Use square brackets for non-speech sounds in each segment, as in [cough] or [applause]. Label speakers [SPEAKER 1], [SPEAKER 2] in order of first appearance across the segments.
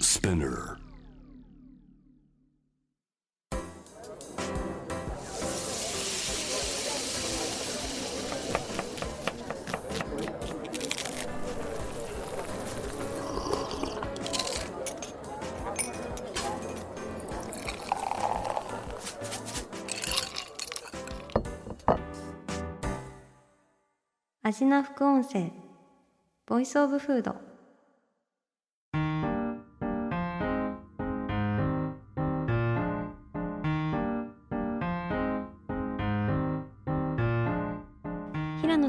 [SPEAKER 1] Spinner.
[SPEAKER 2] アジナ副音声ボイスオブフード平野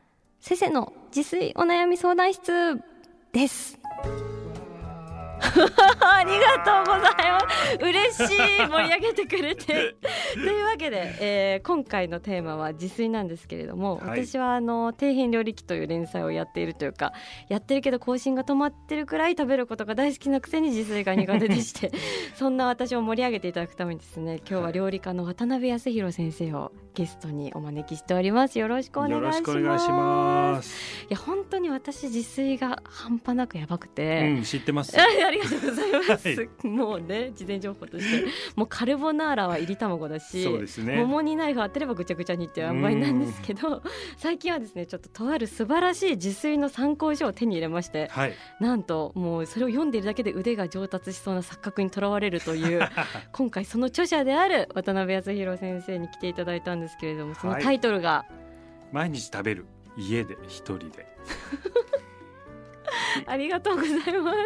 [SPEAKER 2] 「せせの自炊お悩み相談室」です [laughs] ありがとうございます嬉しい盛り上げてく
[SPEAKER 3] [laughs]
[SPEAKER 2] れてというわけで、えー今回のテーマは自炊なんですけれども、
[SPEAKER 3] はい
[SPEAKER 2] 私はあの底辺料理記という連載をやっているというかやってるけど更新が止まってるくらい食べることが大好きなくせに自炊が苦手でしてそんな私を盛り上げていただくためにですね今日は料理家の渡辺康弘先生をゲストにお招きしておりますよろしくお願いします
[SPEAKER 3] よろしくお願いしますす。
[SPEAKER 2] いや本当に私自炊が半端なくやばくて、
[SPEAKER 3] うん、知ってます。
[SPEAKER 2] [laughs] あありがとうございます、
[SPEAKER 3] は
[SPEAKER 2] もうね事前情報としてもうカルボナーラは入り卵だし
[SPEAKER 3] そうですね。
[SPEAKER 2] 桃にナイフ当てればぐちゃぐちゃにっていう塩梅なんですけど最近はですねちょっととある素晴らしい自炊の参考書を手に入れまして
[SPEAKER 3] はい。
[SPEAKER 2] なんともうそれを読んでいるだけで腕が上達しそうな錯覚にとらわれる
[SPEAKER 3] [laughs]
[SPEAKER 2] という今回その著者である渡辺康弘先生に来ていただいたんですけれどもその
[SPEAKER 3] はい
[SPEAKER 2] タイトルが、
[SPEAKER 3] 毎日食べる家で一人で。
[SPEAKER 2] ありがとうございま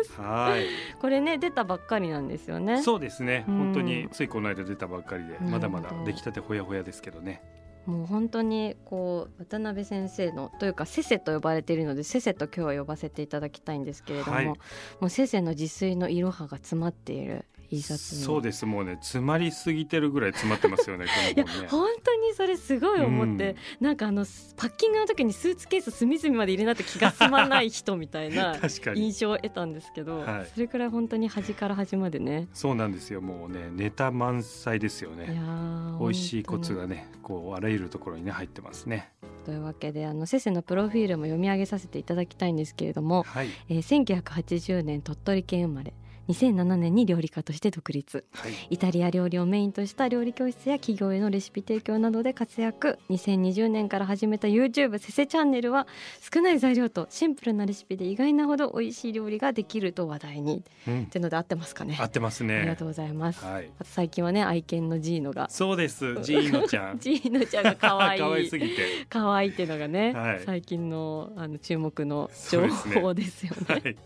[SPEAKER 2] す
[SPEAKER 3] は
[SPEAKER 2] これね出たばっかりなんですよ
[SPEAKER 3] い。
[SPEAKER 2] ね
[SPEAKER 3] そうですね。
[SPEAKER 2] うん
[SPEAKER 3] 本当についこの間出たばっかりで、
[SPEAKER 2] ほど
[SPEAKER 3] まだまだ出来たてほやほやですけどね。
[SPEAKER 2] もう本当にこう渡辺先生のというかせせと呼ばれているのでせせと今日は呼ばせていただきたいんですけれども、
[SPEAKER 3] はい
[SPEAKER 2] もうせせの自炊のいろはが詰まっている一冊に
[SPEAKER 3] そうです。もうね、詰まりすぎてるぐらい詰まってますよ
[SPEAKER 2] [laughs]
[SPEAKER 3] ね。
[SPEAKER 2] い
[SPEAKER 3] こ
[SPEAKER 2] や
[SPEAKER 3] の本ね。
[SPEAKER 2] 本当にそれすごい思って、なんかあのパッキングの時にスーツケース隅々まで入れなって気が済まない人みたい
[SPEAKER 3] うん
[SPEAKER 2] な
[SPEAKER 3] [laughs] 確かに。
[SPEAKER 2] 印象を得たんですけど、
[SPEAKER 3] はい
[SPEAKER 2] それくらい本当に端から端までね。
[SPEAKER 3] そうなんですよ。もうね、ネタ満載ですよ
[SPEAKER 2] いや
[SPEAKER 3] ね。
[SPEAKER 2] ー
[SPEAKER 3] 美味しいコツ
[SPEAKER 2] 本
[SPEAKER 3] がね、こうあらゆるところにね入ってますね。
[SPEAKER 2] 当にというわけであのせせのプロフィールも読み上げさせていただきたいんですけれども、
[SPEAKER 3] はい。
[SPEAKER 2] えー1980年鳥取県生まれ2007年に料理家として独立
[SPEAKER 3] はい。
[SPEAKER 2] イタリア料理をメインとした料理教室や企業へのレシピ提供などで活躍2020年から始めた YouTube せせチャンネルは少ない材料とシンプルなレシピで意外なほど美味しい料理ができると話題に
[SPEAKER 3] うん
[SPEAKER 2] っ。てので合ってますかね
[SPEAKER 3] 合ってます
[SPEAKER 2] ありが
[SPEAKER 3] ね
[SPEAKER 2] と。うございます、
[SPEAKER 3] はい。
[SPEAKER 2] あと最近はね愛犬のジー
[SPEAKER 3] [laughs]
[SPEAKER 2] ノが
[SPEAKER 3] そうです。ジーノちゃん。
[SPEAKER 2] [laughs] ジーノちゃんが可
[SPEAKER 3] [laughs]
[SPEAKER 2] 愛い
[SPEAKER 3] 可愛すぎて。
[SPEAKER 2] 可愛いっていうのがね、
[SPEAKER 3] はい
[SPEAKER 2] 最近のあの注目の
[SPEAKER 3] そう
[SPEAKER 2] 情
[SPEAKER 3] ですね
[SPEAKER 2] 報ですよね [laughs]
[SPEAKER 3] はい。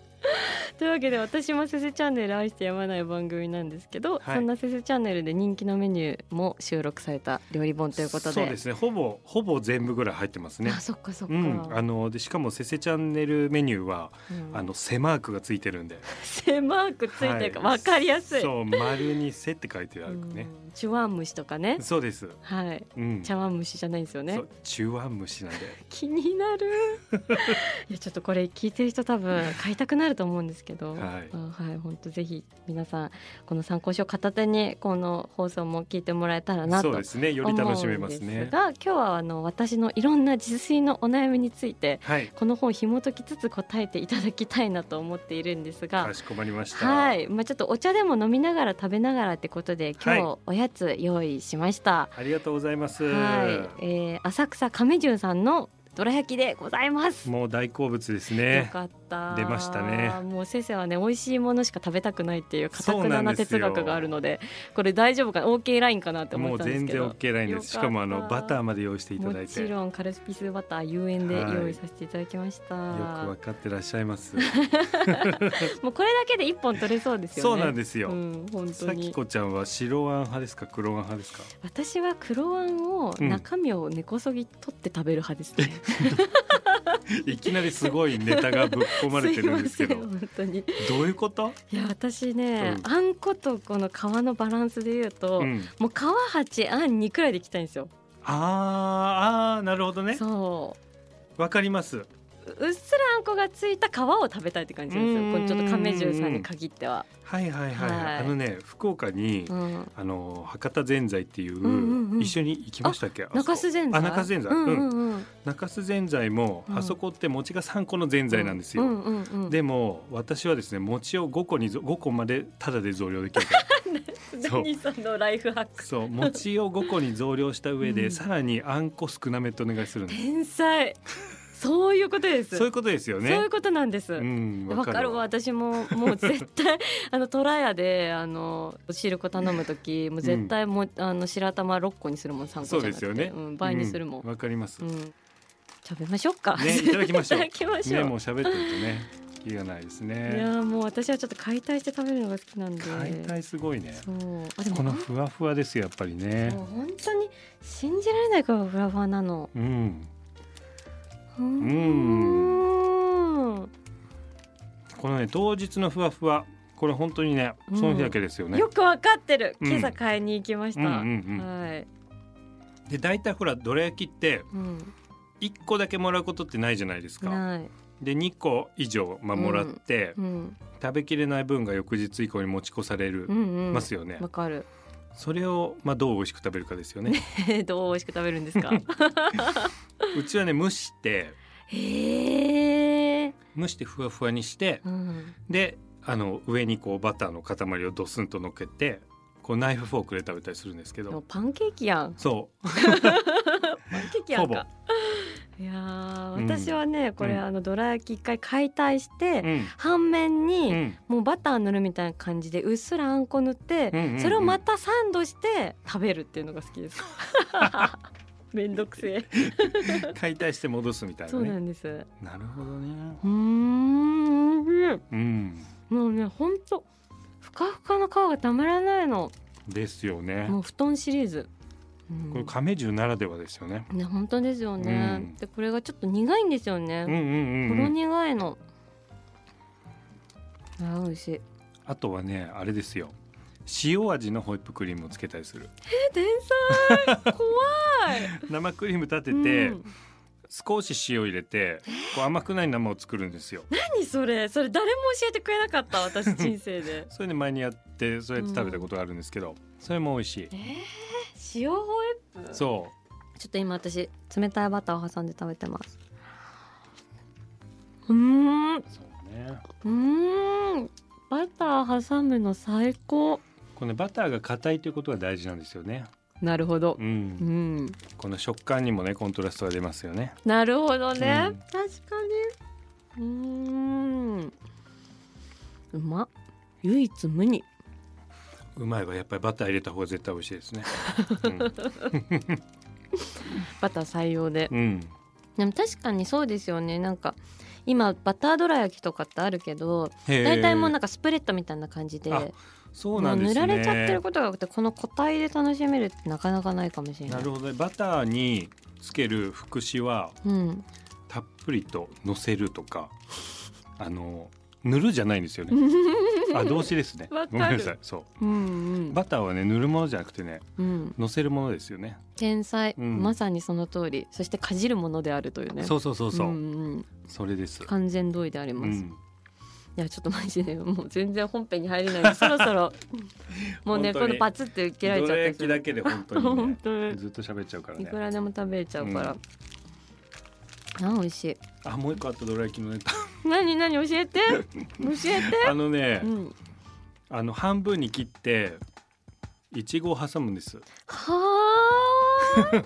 [SPEAKER 2] というわけで私もせせチャンネル愛してやまない番組なんですけど、
[SPEAKER 3] はい
[SPEAKER 2] そんなせせチャンネルで人気のメニューも収録された料理本ということで
[SPEAKER 3] そうですね。ほぼほぼ全部ぐらい入ってますね
[SPEAKER 2] あ。そっかそっか、
[SPEAKER 3] うん、あのでしかもせせチャンネルメニューは、
[SPEAKER 2] うん
[SPEAKER 3] あの背マークがついてるんで。
[SPEAKER 2] 狭くついてるか
[SPEAKER 3] は
[SPEAKER 2] わかりやすい、
[SPEAKER 3] そう丸に背って書いてあ
[SPEAKER 2] う
[SPEAKER 3] る
[SPEAKER 2] ん
[SPEAKER 3] ね。
[SPEAKER 2] チュワン虫とかね
[SPEAKER 3] そうです。
[SPEAKER 2] はい
[SPEAKER 3] うん。
[SPEAKER 2] 茶碗蒸しじゃないんですよね
[SPEAKER 3] そう中腕虫なんで。
[SPEAKER 2] 気に
[SPEAKER 3] [laughs]
[SPEAKER 2] なるいやちょっとこれ聞いてる人多分買いたくなると思うんですけど
[SPEAKER 3] はい
[SPEAKER 2] あはい本当ぜひ皆さんこの参考書片手にこの放送も聞いてもらえたらな
[SPEAKER 3] そう
[SPEAKER 2] と
[SPEAKER 3] ですね。より楽しめます
[SPEAKER 2] 思うんで
[SPEAKER 3] ね
[SPEAKER 2] す。が今日はあの私のいろんな自炊のお悩みについて
[SPEAKER 3] はい。
[SPEAKER 2] この本を紐解きつつ答えていただきたいなと思っているんですが
[SPEAKER 3] か。しこまりました。
[SPEAKER 2] は
[SPEAKER 3] あ
[SPEAKER 2] い、まあ、ちょっとお茶でも飲みながら食べながらってことで今
[SPEAKER 3] は
[SPEAKER 2] 日おやつ用意しました。
[SPEAKER 3] りがとうございます。
[SPEAKER 2] はい、えー、浅草亀十さんのどら焼きでございます。
[SPEAKER 3] もう大好物です
[SPEAKER 2] よ
[SPEAKER 3] ね。
[SPEAKER 2] かった。
[SPEAKER 3] 出ましたね
[SPEAKER 2] もう先生はね、美味しいものしか食べたくないっていう堅
[SPEAKER 3] そ
[SPEAKER 2] く
[SPEAKER 3] う
[SPEAKER 2] な
[SPEAKER 3] なん
[SPEAKER 2] な
[SPEAKER 3] です
[SPEAKER 2] 哲
[SPEAKER 3] よ
[SPEAKER 2] 学があるので、これ大丈夫かな、OK ラインかなって
[SPEAKER 3] も
[SPEAKER 2] 思
[SPEAKER 3] う
[SPEAKER 2] ったんです
[SPEAKER 3] 全
[SPEAKER 2] け
[SPEAKER 3] 然
[SPEAKER 2] ど。
[SPEAKER 3] オッケーラインです。しかもあ
[SPEAKER 2] よか
[SPEAKER 3] の
[SPEAKER 2] った
[SPEAKER 3] バターまで用意していただ
[SPEAKER 2] も
[SPEAKER 3] いて。
[SPEAKER 2] ち
[SPEAKER 3] よ
[SPEAKER 2] ろんカルピスバター有塩で
[SPEAKER 3] はい
[SPEAKER 2] 用意させていただきました、
[SPEAKER 3] くわかってらっしゃいます。
[SPEAKER 2] もうこれだけで一本取れそうです
[SPEAKER 3] そ
[SPEAKER 2] よね
[SPEAKER 3] うなんですよ。
[SPEAKER 2] うん本当
[SPEAKER 3] さき
[SPEAKER 2] に
[SPEAKER 3] こちゃんは白あん派ですか黒あん派です
[SPEAKER 2] [laughs]
[SPEAKER 3] か
[SPEAKER 2] 私は黒あんを中身を根こそぎ取って食べる派ですね、
[SPEAKER 3] いきなりすごいネタがぶっ込まれてるんですけ
[SPEAKER 2] いま
[SPEAKER 3] ど
[SPEAKER 2] せん本当に
[SPEAKER 3] どういうこと、
[SPEAKER 2] いや私ね、
[SPEAKER 3] うん
[SPEAKER 2] あんことこの皮のバランスで言うと、
[SPEAKER 3] うん、
[SPEAKER 2] もう皮八あん2くらいでいきたいんですよ。
[SPEAKER 3] あーあーなるほどね
[SPEAKER 2] そ
[SPEAKER 3] わかります
[SPEAKER 2] うううっすらあんこがついた皮を食べたいって感じなんです
[SPEAKER 3] う
[SPEAKER 2] よ
[SPEAKER 3] ん
[SPEAKER 2] このちょっと亀十さんに限っては。
[SPEAKER 3] はいはいはい、
[SPEAKER 2] はい
[SPEAKER 3] あのね福岡に、
[SPEAKER 2] うん、
[SPEAKER 3] あの博多ぜんざいっていう,、
[SPEAKER 2] んうんうん
[SPEAKER 3] 一緒に行きましたっけあそこ
[SPEAKER 2] 中洲ぜんざい
[SPEAKER 3] あ中洲ぜんざい
[SPEAKER 2] うんうんうん
[SPEAKER 3] 中洲ぜんざいも、
[SPEAKER 2] うん
[SPEAKER 3] あそこって餅が3個のぜんざいなんですよ、
[SPEAKER 2] うんうんうん、
[SPEAKER 3] でも私はですね餅を5個にぞ5個までタダで増量できるから
[SPEAKER 2] [laughs]
[SPEAKER 3] そう
[SPEAKER 2] 何そのライフハック
[SPEAKER 3] そう餅を5個に増量した上で、
[SPEAKER 2] うん
[SPEAKER 3] さらにあんこ少なめとお願いするんです
[SPEAKER 2] 天才そういうことです
[SPEAKER 3] そういうことですよね
[SPEAKER 2] そういうことなんです。
[SPEAKER 3] うん
[SPEAKER 2] わかるわ私ももう絶対 [laughs] あのトラヤであのお汁粉頼む時もう絶対も、うあの白玉6個にするもん3個じゃなくて
[SPEAKER 3] そうですよね
[SPEAKER 2] ん、倍にするもん
[SPEAKER 3] う、わかります、
[SPEAKER 2] う
[SPEAKER 3] ね
[SPEAKER 2] ん、食べましょうか、 [laughs]
[SPEAKER 3] ねいただきましょう
[SPEAKER 2] いただきましょう
[SPEAKER 3] もう喋ってるとね気がないです
[SPEAKER 2] いや
[SPEAKER 3] ね
[SPEAKER 2] ーもう私はちょっと解体して食べるのが好きなんで
[SPEAKER 3] 解体すごいね
[SPEAKER 2] そうあでも
[SPEAKER 3] この
[SPEAKER 2] も
[SPEAKER 3] ふわふわですよやっぱり
[SPEAKER 2] う
[SPEAKER 3] ね
[SPEAKER 2] 本当に信じられないからフラワーなの
[SPEAKER 3] うん
[SPEAKER 2] うーん
[SPEAKER 3] このね当日のふわふわこれ本当にね
[SPEAKER 2] うん
[SPEAKER 3] その日だけですよね、
[SPEAKER 2] よくわかってる
[SPEAKER 3] うん
[SPEAKER 2] 今朝買いに行きまし
[SPEAKER 3] うんうん
[SPEAKER 2] た、
[SPEAKER 3] うん
[SPEAKER 2] はい、
[SPEAKER 3] で大体ほらどら焼きって
[SPEAKER 2] うん、
[SPEAKER 3] 1個だけもらうことってないじゃないですか
[SPEAKER 2] ない、
[SPEAKER 3] で2個以上、まあ、
[SPEAKER 2] うん
[SPEAKER 3] もらって、
[SPEAKER 2] うん、
[SPEAKER 3] 食べきれない分が翌日以降に持ち越される、
[SPEAKER 2] うんうん
[SPEAKER 3] ますよね
[SPEAKER 2] わかる [laughs]
[SPEAKER 3] それを、まあ、どう美味しく食べるかですよね
[SPEAKER 2] どう美味しく食べるんですか
[SPEAKER 3] [laughs] うちはね蒸して
[SPEAKER 2] へえ、
[SPEAKER 3] 蒸してふわふわにして
[SPEAKER 2] うん、
[SPEAKER 3] であの上にこうバターの塊をドスンとのっけてこうナイフフォークで食べたりするんですけ
[SPEAKER 2] でも
[SPEAKER 3] ど
[SPEAKER 2] パンケーキやん
[SPEAKER 3] そ
[SPEAKER 2] パンケー
[SPEAKER 3] う
[SPEAKER 2] キや
[SPEAKER 3] ほ
[SPEAKER 2] ん
[SPEAKER 3] ぼ、
[SPEAKER 2] か [laughs] いやー
[SPEAKER 3] うん
[SPEAKER 2] 私はね、これ
[SPEAKER 3] うん
[SPEAKER 2] あのどら焼き一回解体して、
[SPEAKER 3] うん
[SPEAKER 2] 半面
[SPEAKER 3] う
[SPEAKER 2] に
[SPEAKER 3] ん、
[SPEAKER 2] もうバター塗るみたいな感じでうっすらあんこ塗って、
[SPEAKER 3] うんうんうん
[SPEAKER 2] それをまたサンドして食べるっていうのが好
[SPEAKER 3] [laughs]
[SPEAKER 2] きですめんどくせえ
[SPEAKER 3] 解体して戻すみたいな
[SPEAKER 2] そうな
[SPEAKER 3] ね
[SPEAKER 2] んですう
[SPEAKER 3] なるほどね
[SPEAKER 2] ーん美味し
[SPEAKER 3] うん
[SPEAKER 2] いもうねほんとふかふかの皮がたまらないの
[SPEAKER 3] ですよね
[SPEAKER 2] もう布団シリーズ、うん
[SPEAKER 3] これ亀十ならではですよね
[SPEAKER 2] ね本当ですよね、
[SPEAKER 3] うん
[SPEAKER 2] でこれがちょっと苦いんですよね、
[SPEAKER 3] うんうんう
[SPEAKER 2] ほ
[SPEAKER 3] ん、う
[SPEAKER 2] ろ
[SPEAKER 3] ん、
[SPEAKER 2] 苦いの。あー美味しい。
[SPEAKER 3] あとはねあれですよ塩味のホイップクリームをつけたりす
[SPEAKER 2] [laughs]
[SPEAKER 3] る
[SPEAKER 2] え天
[SPEAKER 3] [laughs]
[SPEAKER 2] 才怖い。
[SPEAKER 3] 生クリーム立てて、
[SPEAKER 2] うん
[SPEAKER 3] 少し塩入れてこう甘くない生を作るんですよ
[SPEAKER 2] 何それそれ誰も教えてくれなかった私人生
[SPEAKER 3] [laughs]。
[SPEAKER 2] で
[SPEAKER 3] それで前にやってそうやって食べたことがあるんですけど、それも美味しい
[SPEAKER 2] えー、塩ホイップ。
[SPEAKER 3] そ
[SPEAKER 2] ちょっと今私冷たいバターを挟んで食べてます。うーんう
[SPEAKER 3] うそうね
[SPEAKER 2] ーんバター挟むの最高。
[SPEAKER 3] このバターが硬いということが大事なんですよね
[SPEAKER 2] なるほど
[SPEAKER 3] う。
[SPEAKER 2] うんん。
[SPEAKER 3] この食感にもねコントラストが出ますよね
[SPEAKER 2] なるほどね、
[SPEAKER 3] うん
[SPEAKER 2] 確かにうーんうま唯一無二
[SPEAKER 3] うまいはやっぱりバター入れた方が絶対美味しい
[SPEAKER 2] [laughs]
[SPEAKER 3] ですねうん
[SPEAKER 2] バター採用で、
[SPEAKER 3] うん
[SPEAKER 2] でも確かにそうですよねなんか今バターどら焼きとかってあるけど
[SPEAKER 3] へー
[SPEAKER 2] 大体もうなんかスプレッドみたいな感じで
[SPEAKER 3] あそう
[SPEAKER 2] も
[SPEAKER 3] な
[SPEAKER 2] うん
[SPEAKER 3] です
[SPEAKER 2] 塗
[SPEAKER 3] ね
[SPEAKER 2] られちゃってることが多くてこの個体で楽しめるってなかなかないかもしれない。
[SPEAKER 3] なるほどねバターにつける副詞は
[SPEAKER 2] うん、
[SPEAKER 3] たっぷりと乗せるとかあの塗るじゃないんですよねあ動詞ですね
[SPEAKER 2] わか
[SPEAKER 3] ご
[SPEAKER 2] る
[SPEAKER 3] めんなさいそ
[SPEAKER 2] うんう
[SPEAKER 3] うんバターはね塗るものじゃなくてね
[SPEAKER 2] うん、
[SPEAKER 3] 乗せるものですよね
[SPEAKER 2] 天才、
[SPEAKER 3] うん
[SPEAKER 2] まさにその通りそしてかじるものであるというね
[SPEAKER 3] そうそうそうそう、
[SPEAKER 2] んうん、
[SPEAKER 3] それです、
[SPEAKER 2] 完全同意であり
[SPEAKER 3] う
[SPEAKER 2] ます、
[SPEAKER 3] ん、
[SPEAKER 2] いやちょっとマジでもう全然本編に入れないんでそろ
[SPEAKER 3] [laughs]
[SPEAKER 2] そろもう
[SPEAKER 3] 本
[SPEAKER 2] ね
[SPEAKER 3] 当
[SPEAKER 2] こ
[SPEAKER 3] に
[SPEAKER 2] のパツって切られち
[SPEAKER 3] ど
[SPEAKER 2] ゃっ
[SPEAKER 3] ら
[SPEAKER 2] て
[SPEAKER 3] 焼きだけで本当に、
[SPEAKER 2] [laughs] 本
[SPEAKER 3] ね、
[SPEAKER 2] 当に
[SPEAKER 3] ずっと喋っちゃうから
[SPEAKER 2] い
[SPEAKER 3] ね
[SPEAKER 2] くらでも食べれちゃうから、あ美味しい
[SPEAKER 3] あもう一個あったどら焼きのネ
[SPEAKER 2] [laughs]
[SPEAKER 3] タ
[SPEAKER 2] 何何教えて教えて
[SPEAKER 3] [laughs] あのね、
[SPEAKER 2] うん
[SPEAKER 3] あの半分に切っていちごを挟むんです
[SPEAKER 2] は
[SPEAKER 3] [laughs]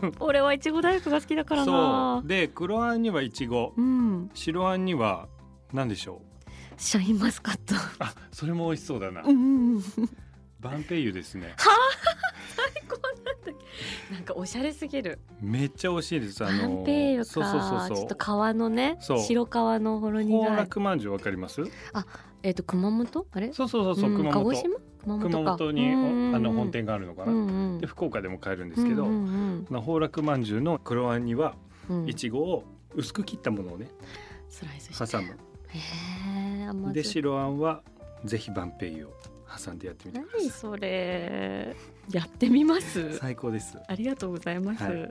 [SPEAKER 2] あ俺はいちご大福が好きだから
[SPEAKER 3] そ
[SPEAKER 2] な
[SPEAKER 3] うで黒あんにはいちご
[SPEAKER 2] うん
[SPEAKER 3] 白あんには何でしょう
[SPEAKER 2] シャインマスカット
[SPEAKER 3] あ、それも美味しそうだな
[SPEAKER 2] う。んなん
[SPEAKER 3] バンペイユですね。
[SPEAKER 2] だっけなんかおしゃれすぎる
[SPEAKER 3] めっちゃ美味しいです。あ
[SPEAKER 2] パ
[SPEAKER 3] の
[SPEAKER 2] ンペイユか
[SPEAKER 3] そうそうそう
[SPEAKER 2] ちょ
[SPEAKER 3] そ
[SPEAKER 2] っ
[SPEAKER 3] う
[SPEAKER 2] と。皮のね
[SPEAKER 3] そう
[SPEAKER 2] 白皮のほろ
[SPEAKER 3] 高
[SPEAKER 2] 苦い
[SPEAKER 3] 楽まんじゅうわかります？
[SPEAKER 2] えっと熊本あれ
[SPEAKER 3] そうそうそうそう、
[SPEAKER 2] ん
[SPEAKER 3] 熊
[SPEAKER 2] 鹿児
[SPEAKER 3] 本。
[SPEAKER 2] 島熊本
[SPEAKER 3] 熊
[SPEAKER 2] か
[SPEAKER 3] 本に
[SPEAKER 2] うんうんうん
[SPEAKER 3] あの本店があるのかな。
[SPEAKER 2] うんうん
[SPEAKER 3] で福岡でも買えるんですけど、
[SPEAKER 2] うんうん
[SPEAKER 3] な宝楽まんじゅうの黒あんには
[SPEAKER 2] うんうん
[SPEAKER 3] いちごを薄く切ったものをね
[SPEAKER 2] スライスして
[SPEAKER 3] 挟
[SPEAKER 2] へ
[SPEAKER 3] む
[SPEAKER 2] え甘
[SPEAKER 3] で
[SPEAKER 2] 酸っ
[SPEAKER 3] 白あんはぜひバンペイユを挟んでやってみてくだ
[SPEAKER 2] 何
[SPEAKER 3] さ
[SPEAKER 2] それやってみます
[SPEAKER 3] い最高です
[SPEAKER 2] ありがとうございます、
[SPEAKER 3] は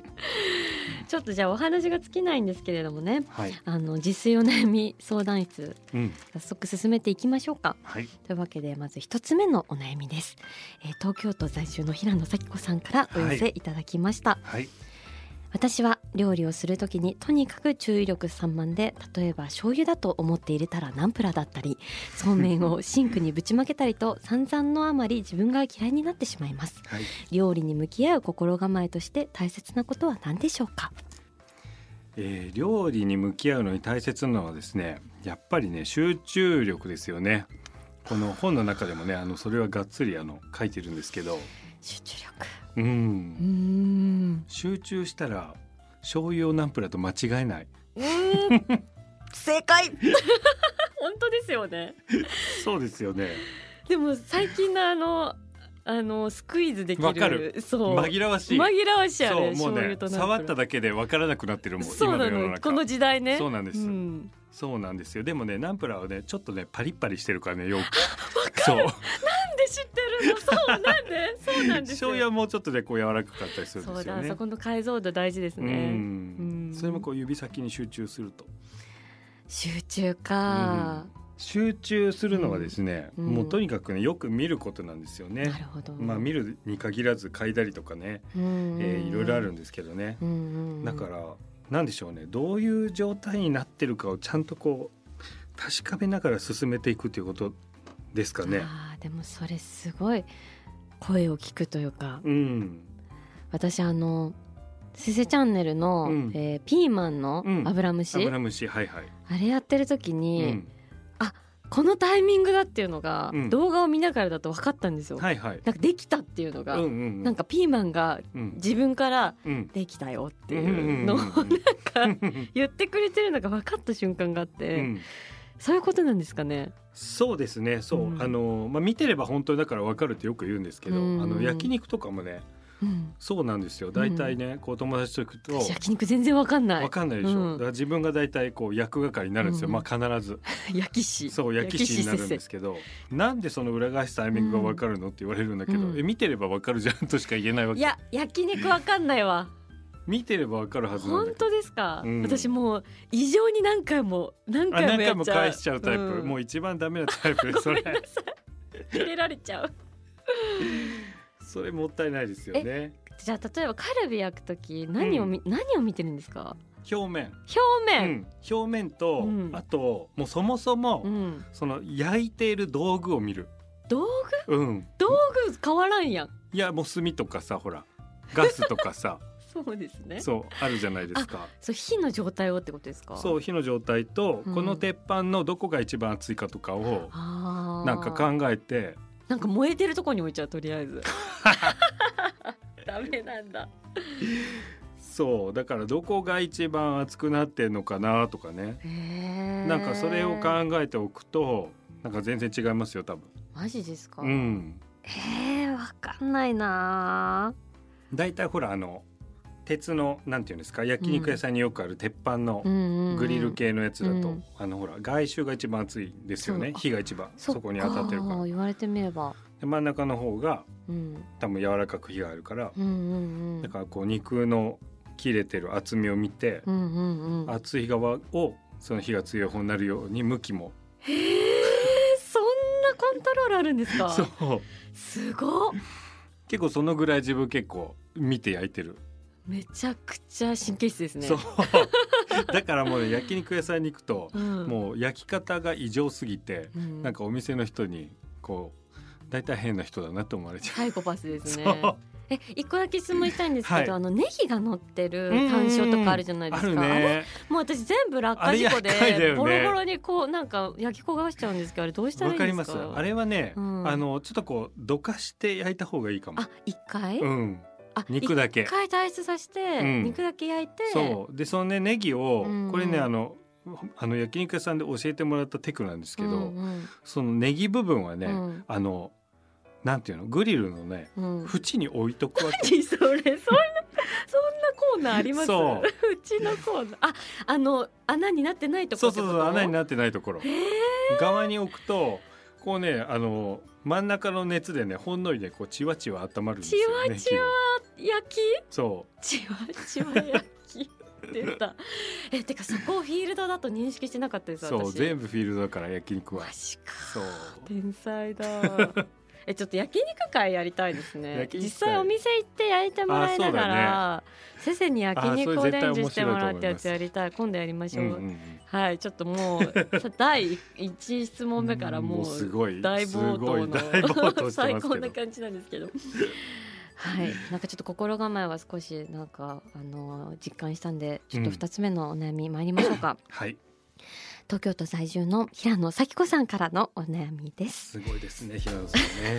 [SPEAKER 2] [laughs] ちょっとじゃあお話が尽きないんですけれどもね
[SPEAKER 3] はい、
[SPEAKER 2] あの自炊お悩み相談室
[SPEAKER 3] うん、
[SPEAKER 2] 早速進めていきましょうか
[SPEAKER 3] はい
[SPEAKER 2] というわけでまず一つ目のお悩みです、えー東京都在住の平野咲子さんからお寄せいただきました、
[SPEAKER 3] はい
[SPEAKER 2] 私は料理をするときにとにかく注意力散漫で例えば醤油だと思って入れたらナンプラーだったりそうめんをシンクにぶちまけたりと散々のあまり自分が嫌いになってしまいます
[SPEAKER 3] はい
[SPEAKER 2] 料理に向き合う心構えとして大切なことは何でしょうか
[SPEAKER 3] えー料理に向き合うのに大切なのはですねやっぱりね集中力ですよねこの本の中でもねあのそれはがっつりあの書いてるんですけど
[SPEAKER 2] 集中力
[SPEAKER 3] う
[SPEAKER 2] うー
[SPEAKER 3] ん
[SPEAKER 2] ん
[SPEAKER 3] 集中したら醤油をナンプラーと間違えない
[SPEAKER 2] 正解 [laughs] 本当ですよね
[SPEAKER 3] そうですよね
[SPEAKER 2] でも最近のあのあのスクイーズできる
[SPEAKER 3] わかる
[SPEAKER 2] そう
[SPEAKER 3] 紛らわしい
[SPEAKER 2] 紛らわしいあ
[SPEAKER 3] そ
[SPEAKER 2] れ
[SPEAKER 3] うもう
[SPEAKER 2] 醤
[SPEAKER 3] ね
[SPEAKER 2] 油とナンプラー
[SPEAKER 3] 触っただけで分からなくなってるもん
[SPEAKER 2] そう
[SPEAKER 3] 今の
[SPEAKER 2] な
[SPEAKER 3] 世の
[SPEAKER 2] のこ
[SPEAKER 3] 中
[SPEAKER 2] の時代ね
[SPEAKER 3] そうなんです
[SPEAKER 2] ん
[SPEAKER 3] そうなんですよでもねナンプラーはねちょっとねパリッパリしてるからねよ [laughs] くそう
[SPEAKER 2] なんで知ってるのそうなん
[SPEAKER 3] [laughs]
[SPEAKER 2] でそうなんです
[SPEAKER 3] 醤
[SPEAKER 2] よ
[SPEAKER 3] 油はもうちょっとねこう柔らかかったりするん
[SPEAKER 2] そ
[SPEAKER 3] で
[SPEAKER 2] う
[SPEAKER 3] すよ
[SPEAKER 2] だ
[SPEAKER 3] ね
[SPEAKER 2] そこの解像度大事です
[SPEAKER 3] う
[SPEAKER 2] ね
[SPEAKER 3] ん
[SPEAKER 2] うん
[SPEAKER 3] それもこう指先に集中すると
[SPEAKER 2] 集中か、
[SPEAKER 3] 集中するのはですね、
[SPEAKER 2] うん
[SPEAKER 3] もうとにかくねよく見ることなんですよね
[SPEAKER 2] な、るほど
[SPEAKER 3] まあ見るに限らず嗅いだりとかね、
[SPEAKER 2] うん
[SPEAKER 3] えーいろいろあるんですけどね、
[SPEAKER 2] うんうんうん
[SPEAKER 3] だからなんでしょうねどういう状態になってるかをちゃんとこう確かめながら進めていくということですかね
[SPEAKER 2] あーでもそれすごい声を聞くというか
[SPEAKER 3] うん
[SPEAKER 2] 私あのせせチャンネルの、
[SPEAKER 3] うん
[SPEAKER 2] えーピーマンの
[SPEAKER 3] うん
[SPEAKER 2] 油虫、
[SPEAKER 3] 油虫はいはい、
[SPEAKER 2] あれやってる時
[SPEAKER 3] う
[SPEAKER 2] に、
[SPEAKER 3] ん、
[SPEAKER 2] このタイミングだっていうのが、
[SPEAKER 3] うん
[SPEAKER 2] 動画を見ながらだと分かったんですよ、
[SPEAKER 3] はいはい
[SPEAKER 2] なんかできたっていうのが、
[SPEAKER 3] うんうん
[SPEAKER 2] なんかピーマンが
[SPEAKER 3] うん
[SPEAKER 2] 自分から
[SPEAKER 3] うん
[SPEAKER 2] できたよって
[SPEAKER 3] うん
[SPEAKER 2] い
[SPEAKER 3] うんうん
[SPEAKER 2] う
[SPEAKER 3] うん
[SPEAKER 2] のをなんか [laughs]
[SPEAKER 3] うんうん
[SPEAKER 2] 言ってくれてるのが分かった瞬間があって、
[SPEAKER 3] うん
[SPEAKER 2] そういうことなんですかね。
[SPEAKER 3] そうですねそう、
[SPEAKER 2] うん
[SPEAKER 3] あの、まあ、見てれば本当にだから分かるってよく言うんですけど、
[SPEAKER 2] うん
[SPEAKER 3] あの焼肉とかもね
[SPEAKER 2] うん、
[SPEAKER 3] そうなんですよ大体ね、こう友達と行くと
[SPEAKER 2] 私焼肉全然分かんない。
[SPEAKER 3] 分かんないでしょ、
[SPEAKER 2] うん
[SPEAKER 3] だから自分が大体こう役係になるんですよ、
[SPEAKER 2] うん
[SPEAKER 3] まあ必ず
[SPEAKER 2] 焼き師。
[SPEAKER 3] そう焼き師になるんですけどなんでその裏返すタイミングが分かるのって言われるんだけど、
[SPEAKER 2] うん
[SPEAKER 3] え見てれば分かるじゃんとしか言えないわ
[SPEAKER 2] い
[SPEAKER 3] け
[SPEAKER 2] や焼肉分かんないわ。
[SPEAKER 3] 見てれば分かるはずなんだ
[SPEAKER 2] 本
[SPEAKER 3] けど
[SPEAKER 2] 当ですか、
[SPEAKER 3] うん
[SPEAKER 2] 私もう異常に何回も何
[SPEAKER 3] あ
[SPEAKER 2] 回
[SPEAKER 3] 何
[SPEAKER 2] もや
[SPEAKER 3] 回
[SPEAKER 2] っ
[SPEAKER 3] も
[SPEAKER 2] ちゃう。
[SPEAKER 3] 返しちゃうタイプ、
[SPEAKER 2] ん
[SPEAKER 3] もう一番ダメなタイプ
[SPEAKER 2] [laughs]
[SPEAKER 3] そ
[SPEAKER 2] ごめ
[SPEAKER 3] れ
[SPEAKER 2] んなさい。切れられちゃう。
[SPEAKER 3] それもったいないですよね
[SPEAKER 2] じゃあ例えばカルビ焼くとき何をみ、何を見てるんですか。
[SPEAKER 3] 表面
[SPEAKER 2] 表面。
[SPEAKER 3] うん表面と、
[SPEAKER 2] うん
[SPEAKER 3] あともうそもそも、
[SPEAKER 2] うん。
[SPEAKER 3] その焼いている道具を見る、
[SPEAKER 2] 道具
[SPEAKER 3] うん、
[SPEAKER 2] 道具変わらんやん。
[SPEAKER 3] いやもう炭とかさほらガスとか
[SPEAKER 2] [laughs]
[SPEAKER 3] さ
[SPEAKER 2] そうですね。
[SPEAKER 3] そうあるじゃないですか
[SPEAKER 2] そう火の状態をってことですか。
[SPEAKER 3] そう火の状態と、
[SPEAKER 2] うん
[SPEAKER 3] この鉄板のどこが一番熱いかとかを
[SPEAKER 2] あー
[SPEAKER 3] なんか考えて
[SPEAKER 2] なんか燃えてるとこに置いちゃうとりあえず。 [laughs] ダメなんだ。
[SPEAKER 3] そうだからどこが一番熱くなってんのかなとかねな
[SPEAKER 2] なん
[SPEAKER 3] かそれを考えておくとなんか全然違いますよ多分
[SPEAKER 2] マジですか。
[SPEAKER 3] うん
[SPEAKER 2] ええわかんないな
[SPEAKER 3] だいたいほらあの鉄のなんていうんですか焼肉屋さんによくある鉄板の
[SPEAKER 2] ー。うん、うん。
[SPEAKER 3] グリル。系のやつだと、
[SPEAKER 2] うん
[SPEAKER 3] あのほら外周が一番熱いんですよね
[SPEAKER 2] そう
[SPEAKER 3] 火が一番そこに当たってるから
[SPEAKER 2] そっ言われてみれば。
[SPEAKER 3] で真ん中の方が
[SPEAKER 2] うん。
[SPEAKER 3] 多分柔らかく火があるから、
[SPEAKER 2] うんうんうん。
[SPEAKER 3] だからこう肉の切れてる厚みを見て、
[SPEAKER 2] うんうんうん。
[SPEAKER 3] 厚い側をその火が強い方になるように向きも
[SPEAKER 2] えー、そんなコントロールあるんですか。
[SPEAKER 3] [laughs] そう
[SPEAKER 2] すごっ。
[SPEAKER 3] 結構そのぐらい自分結構見て焼いてる、
[SPEAKER 2] めちゃくちゃ神経質ですね。 [laughs]
[SPEAKER 3] そうだからもうね焼肉屋さんに行くと、
[SPEAKER 2] うん。
[SPEAKER 3] もう焼き方が異常すぎて
[SPEAKER 2] う。ん、
[SPEAKER 3] なんかお店の人にこう大体変な人だなと思われちゃう。
[SPEAKER 2] サイコパスですね。
[SPEAKER 3] そう
[SPEAKER 2] え一個だけ質問したいんですけど、
[SPEAKER 3] はい
[SPEAKER 2] あのネギが乗ってる単勝とかあるじゃないで
[SPEAKER 3] あ
[SPEAKER 2] すか。
[SPEAKER 3] る
[SPEAKER 2] れ
[SPEAKER 3] ね。
[SPEAKER 2] もう私全部落下事故で
[SPEAKER 3] あれ厄介だよね
[SPEAKER 2] ボロボロにこうなんか焼き焦がしちゃうんですけどあれどうしたら
[SPEAKER 3] わ
[SPEAKER 2] いい
[SPEAKER 3] かり
[SPEAKER 2] んで
[SPEAKER 3] ますす
[SPEAKER 2] か。
[SPEAKER 3] あれはね、
[SPEAKER 2] うん
[SPEAKER 3] あのちょっとこうどかして焼いた方がいいかも
[SPEAKER 2] あ一回、
[SPEAKER 3] うん
[SPEAKER 2] あ
[SPEAKER 3] 肉だけ
[SPEAKER 2] 一回退出させて、
[SPEAKER 3] うん
[SPEAKER 2] 肉だけ焼いて
[SPEAKER 3] そうでそのねネギを、
[SPEAKER 2] うん
[SPEAKER 3] これねあのあの焼肉屋さんで教えてもらったテクなんですけど、
[SPEAKER 2] うんうん
[SPEAKER 3] そのネギ部分はね、
[SPEAKER 2] うん
[SPEAKER 3] あのなんていうのグリルのね
[SPEAKER 2] うん
[SPEAKER 3] 縁に置いとくわけ
[SPEAKER 2] 何それそんなそんなコーナーあります。
[SPEAKER 3] そう
[SPEAKER 2] ちのコーナー。あ、あの穴になってないとこ
[SPEAKER 3] そ
[SPEAKER 2] ろ
[SPEAKER 3] うそうそう穴になってないところ
[SPEAKER 2] へ
[SPEAKER 3] 側に置くとこうねあの真ん中の熱でねほんのりねこうチワチワ温まるんですよね
[SPEAKER 2] チワチワ焼き
[SPEAKER 3] 木そ
[SPEAKER 2] ちわちわ焼きって言った。え、てかそこをフィールドだと認識してなかったで
[SPEAKER 3] う
[SPEAKER 2] す。
[SPEAKER 3] そう
[SPEAKER 2] 私
[SPEAKER 3] 全部フィールドだから焼肉は
[SPEAKER 2] マジか。
[SPEAKER 3] そう
[SPEAKER 2] 天才だ。 [laughs] え、ちょっと焼肉会やりたいですね。
[SPEAKER 3] 焼肉会
[SPEAKER 2] 実際お店行って焼いてもらいながら、せせに焼
[SPEAKER 3] あ
[SPEAKER 2] 肉を
[SPEAKER 3] それ絶
[SPEAKER 2] 伝
[SPEAKER 3] 対面白いと思います
[SPEAKER 2] 授してもらうってやつやりたい。今度やりましょう。
[SPEAKER 3] うんうんうん
[SPEAKER 2] はい、ちょっともう [laughs] さ第一質問目からも
[SPEAKER 3] も
[SPEAKER 2] う
[SPEAKER 3] うすごい
[SPEAKER 2] 大暴
[SPEAKER 3] すごい大暴
[SPEAKER 2] 騰
[SPEAKER 3] 騰して
[SPEAKER 2] の最
[SPEAKER 3] ます
[SPEAKER 2] 高
[SPEAKER 3] け
[SPEAKER 2] な
[SPEAKER 3] ど
[SPEAKER 2] 感じなんですけど。はい、なんかちょっと心構えは少しなんかあの実感したんで、ちょっと
[SPEAKER 3] うん
[SPEAKER 2] 二つ目のお悩み参りましょうか。
[SPEAKER 3] はい
[SPEAKER 2] 東京都在住の平野咲子さんからのお悩みです。
[SPEAKER 3] すごいですね平野さん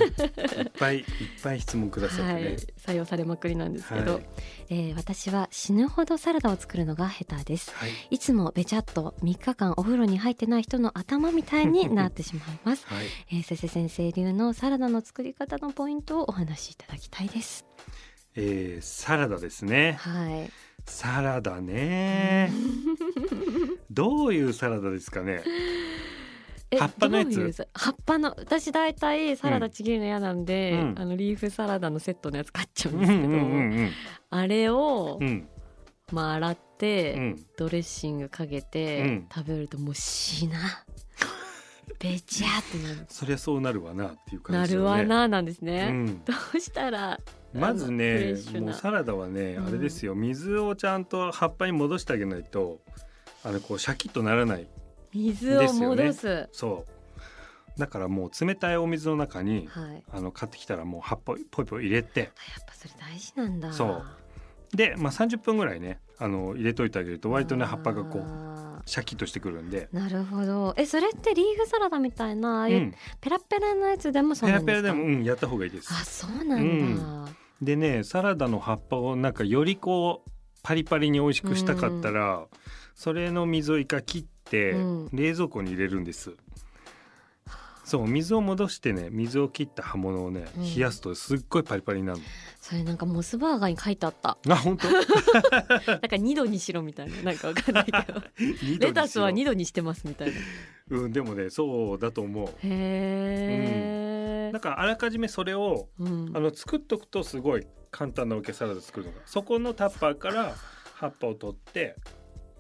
[SPEAKER 3] ねいっぱいいっぱい質問くださっ
[SPEAKER 2] は
[SPEAKER 3] て
[SPEAKER 2] い
[SPEAKER 3] ね、、
[SPEAKER 2] 採用されまくりなんですけど、
[SPEAKER 3] はい
[SPEAKER 2] えー私は死ぬほどサラダを作るのが下手です。
[SPEAKER 3] はい
[SPEAKER 2] いつもべちゃっと3日間お風呂に入ってない人の頭みたいになってしまい
[SPEAKER 3] [laughs]
[SPEAKER 2] ます。
[SPEAKER 3] はい
[SPEAKER 2] えー、せせ先生流のサラダの作り方のポイントをお話しいただきたいです。
[SPEAKER 3] えー、サラダですね
[SPEAKER 2] はい。
[SPEAKER 3] サラダ
[SPEAKER 2] [laughs]
[SPEAKER 3] ねどういうサラダですかね
[SPEAKER 2] え
[SPEAKER 3] 葉っぱのやつ
[SPEAKER 2] どういうさ葉っぱの私大体サラダちぎるの嫌なんで、
[SPEAKER 3] うんうん
[SPEAKER 2] あのリーフサラダのセットのやつ買っちゃう
[SPEAKER 3] うんんう
[SPEAKER 2] ですけど、
[SPEAKER 3] んうん
[SPEAKER 2] あれを、
[SPEAKER 3] うんうん
[SPEAKER 2] まあ洗って、
[SPEAKER 3] うん
[SPEAKER 2] ドレッシングかけて、
[SPEAKER 3] うん
[SPEAKER 2] 食べるともう
[SPEAKER 3] [laughs]
[SPEAKER 2] しなべちゃってなる。
[SPEAKER 3] そりゃそうなるわなっていう感
[SPEAKER 2] な
[SPEAKER 3] じです
[SPEAKER 2] る
[SPEAKER 3] よ
[SPEAKER 2] わ
[SPEAKER 3] ね
[SPEAKER 2] ななんですね。
[SPEAKER 3] うん
[SPEAKER 2] どうしたら
[SPEAKER 3] まず
[SPEAKER 2] フレ
[SPEAKER 3] ね
[SPEAKER 2] ッシュな
[SPEAKER 3] もうサラダはね
[SPEAKER 2] うん
[SPEAKER 3] あれですよ水をちゃんと葉っぱに戻してあげないとあのこうシャキッとならない
[SPEAKER 2] 水を戻
[SPEAKER 3] です
[SPEAKER 2] す。
[SPEAKER 3] そうだからもう冷たいお水の中に
[SPEAKER 2] はい。あやっ
[SPEAKER 3] あの買ってきたらもう葉っぱぽいぽい入れて
[SPEAKER 2] ぱそれ大事なんだ。
[SPEAKER 3] そうで、まあ、30分ぐらいねあの入れといてあげると割とね葉っぱがこう
[SPEAKER 2] う
[SPEAKER 3] シャキッとしてくるんで。
[SPEAKER 2] なるほどえそれってリーフサラダみたいなああ
[SPEAKER 3] う、
[SPEAKER 2] いうんペラペラのやつでもそう
[SPEAKER 3] ペ
[SPEAKER 2] な
[SPEAKER 3] ラ
[SPEAKER 2] ん
[SPEAKER 3] ペ
[SPEAKER 2] です
[SPEAKER 3] ラ
[SPEAKER 2] か、
[SPEAKER 3] でも、うん、やった方がいいです
[SPEAKER 2] あそうなんだ、
[SPEAKER 3] でねサラダの葉っぱをなんかよりこうパリパリに美味しくしたかったら、それの水を一回切って、
[SPEAKER 2] うん
[SPEAKER 3] 冷蔵庫に入れるんですそう水を戻してね水を切った葉物をね
[SPEAKER 2] うん
[SPEAKER 3] 冷やすとすっごいパリパリになる
[SPEAKER 2] それなんかモスバーガーに書いて
[SPEAKER 3] [laughs]
[SPEAKER 2] あった
[SPEAKER 3] の、あ本
[SPEAKER 2] [laughs]
[SPEAKER 3] 当
[SPEAKER 2] なんか二度にしろみたいななんかわかんない
[SPEAKER 3] [laughs]
[SPEAKER 2] けどレタスは二度にしてますみたいなへ
[SPEAKER 3] うんでもねそうだと思う
[SPEAKER 2] え
[SPEAKER 3] なん、かあらかじめそれを
[SPEAKER 2] うん
[SPEAKER 3] あの作っとくとすごい簡単なわけサラダ作るのがそこのタッパーから葉っぱを取って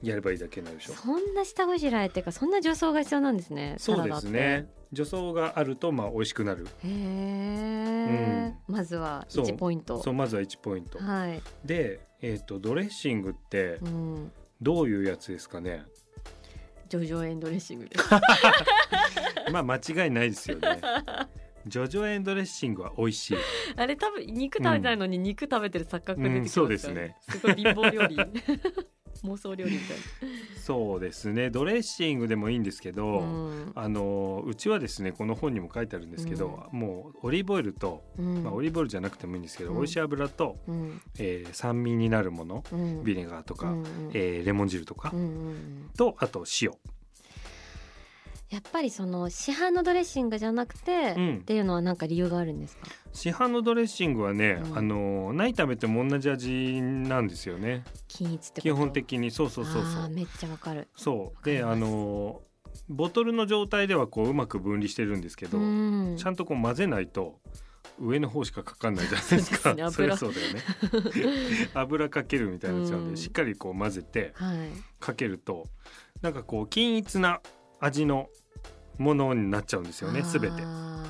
[SPEAKER 3] やればいいだけになるでしょ
[SPEAKER 2] そんな下ごしらえっていうかそんな除草が必要なんですね
[SPEAKER 3] そうです
[SPEAKER 2] サラダっ
[SPEAKER 3] ね除草があるとまあ美味しくなる
[SPEAKER 2] てへえ、まずは
[SPEAKER 3] そう
[SPEAKER 2] 1ポイント
[SPEAKER 3] そうまずは1ポイント
[SPEAKER 2] はい、
[SPEAKER 3] で、えー、とドレッシングって
[SPEAKER 2] うん、
[SPEAKER 3] どういうやつですかね
[SPEAKER 2] ジョジョエンドレッシングです
[SPEAKER 3] まあ間違いないですよねジョジョエンドレッシングは美味しい
[SPEAKER 2] [laughs] あれ多分肉食べたいのに肉食べてる錯覚が出てきます
[SPEAKER 3] うんそうですね。
[SPEAKER 2] すごい貧乏料理。 [laughs] 妄想料理みたい
[SPEAKER 3] そうですねドレッシングでもいいんですけど、
[SPEAKER 2] な。うん
[SPEAKER 3] あのうちはですねこの本にも書いてあるんですけど、もうオリーブオイルと、
[SPEAKER 2] うん
[SPEAKER 3] まあ、オリーブオイルじゃなくてもいいんですけど、
[SPEAKER 2] うん
[SPEAKER 3] 美味しい油と、
[SPEAKER 2] うん
[SPEAKER 3] えー酸味になるもの
[SPEAKER 2] うん
[SPEAKER 3] ビネガーとか、
[SPEAKER 2] うんうん
[SPEAKER 3] えーレモン汁とか、
[SPEAKER 2] うんうんうん
[SPEAKER 3] とあと塩、
[SPEAKER 2] やっぱりその市販のドレッシングじゃなくて、
[SPEAKER 3] うん
[SPEAKER 2] っていうのはなんか理由があるんですか。
[SPEAKER 3] 市販のドレッシングはね、
[SPEAKER 2] うん
[SPEAKER 3] あの何食べても同じ味なんですよね
[SPEAKER 2] 均一ってこと。
[SPEAKER 3] 基本的にそうそうそうそ
[SPEAKER 2] あー
[SPEAKER 3] う
[SPEAKER 2] めっちゃわかる。
[SPEAKER 3] そう
[SPEAKER 2] わ
[SPEAKER 3] で
[SPEAKER 2] か
[SPEAKER 3] あ
[SPEAKER 2] ります
[SPEAKER 3] のボトルの状態ではこううまく分離してるんですけど、
[SPEAKER 2] ん
[SPEAKER 3] ちゃんとこう混ぜないと上の方しかかかんないじゃないですか
[SPEAKER 2] そうですね油
[SPEAKER 3] そりゃそうだ
[SPEAKER 2] [laughs]
[SPEAKER 3] よね油かけるみたいなやつなんで、
[SPEAKER 2] うん
[SPEAKER 3] しっかりこう混ぜて
[SPEAKER 2] はい。
[SPEAKER 3] かけるとなんかこう均一な味のものになっちゃうんですよねすべて
[SPEAKER 2] あー。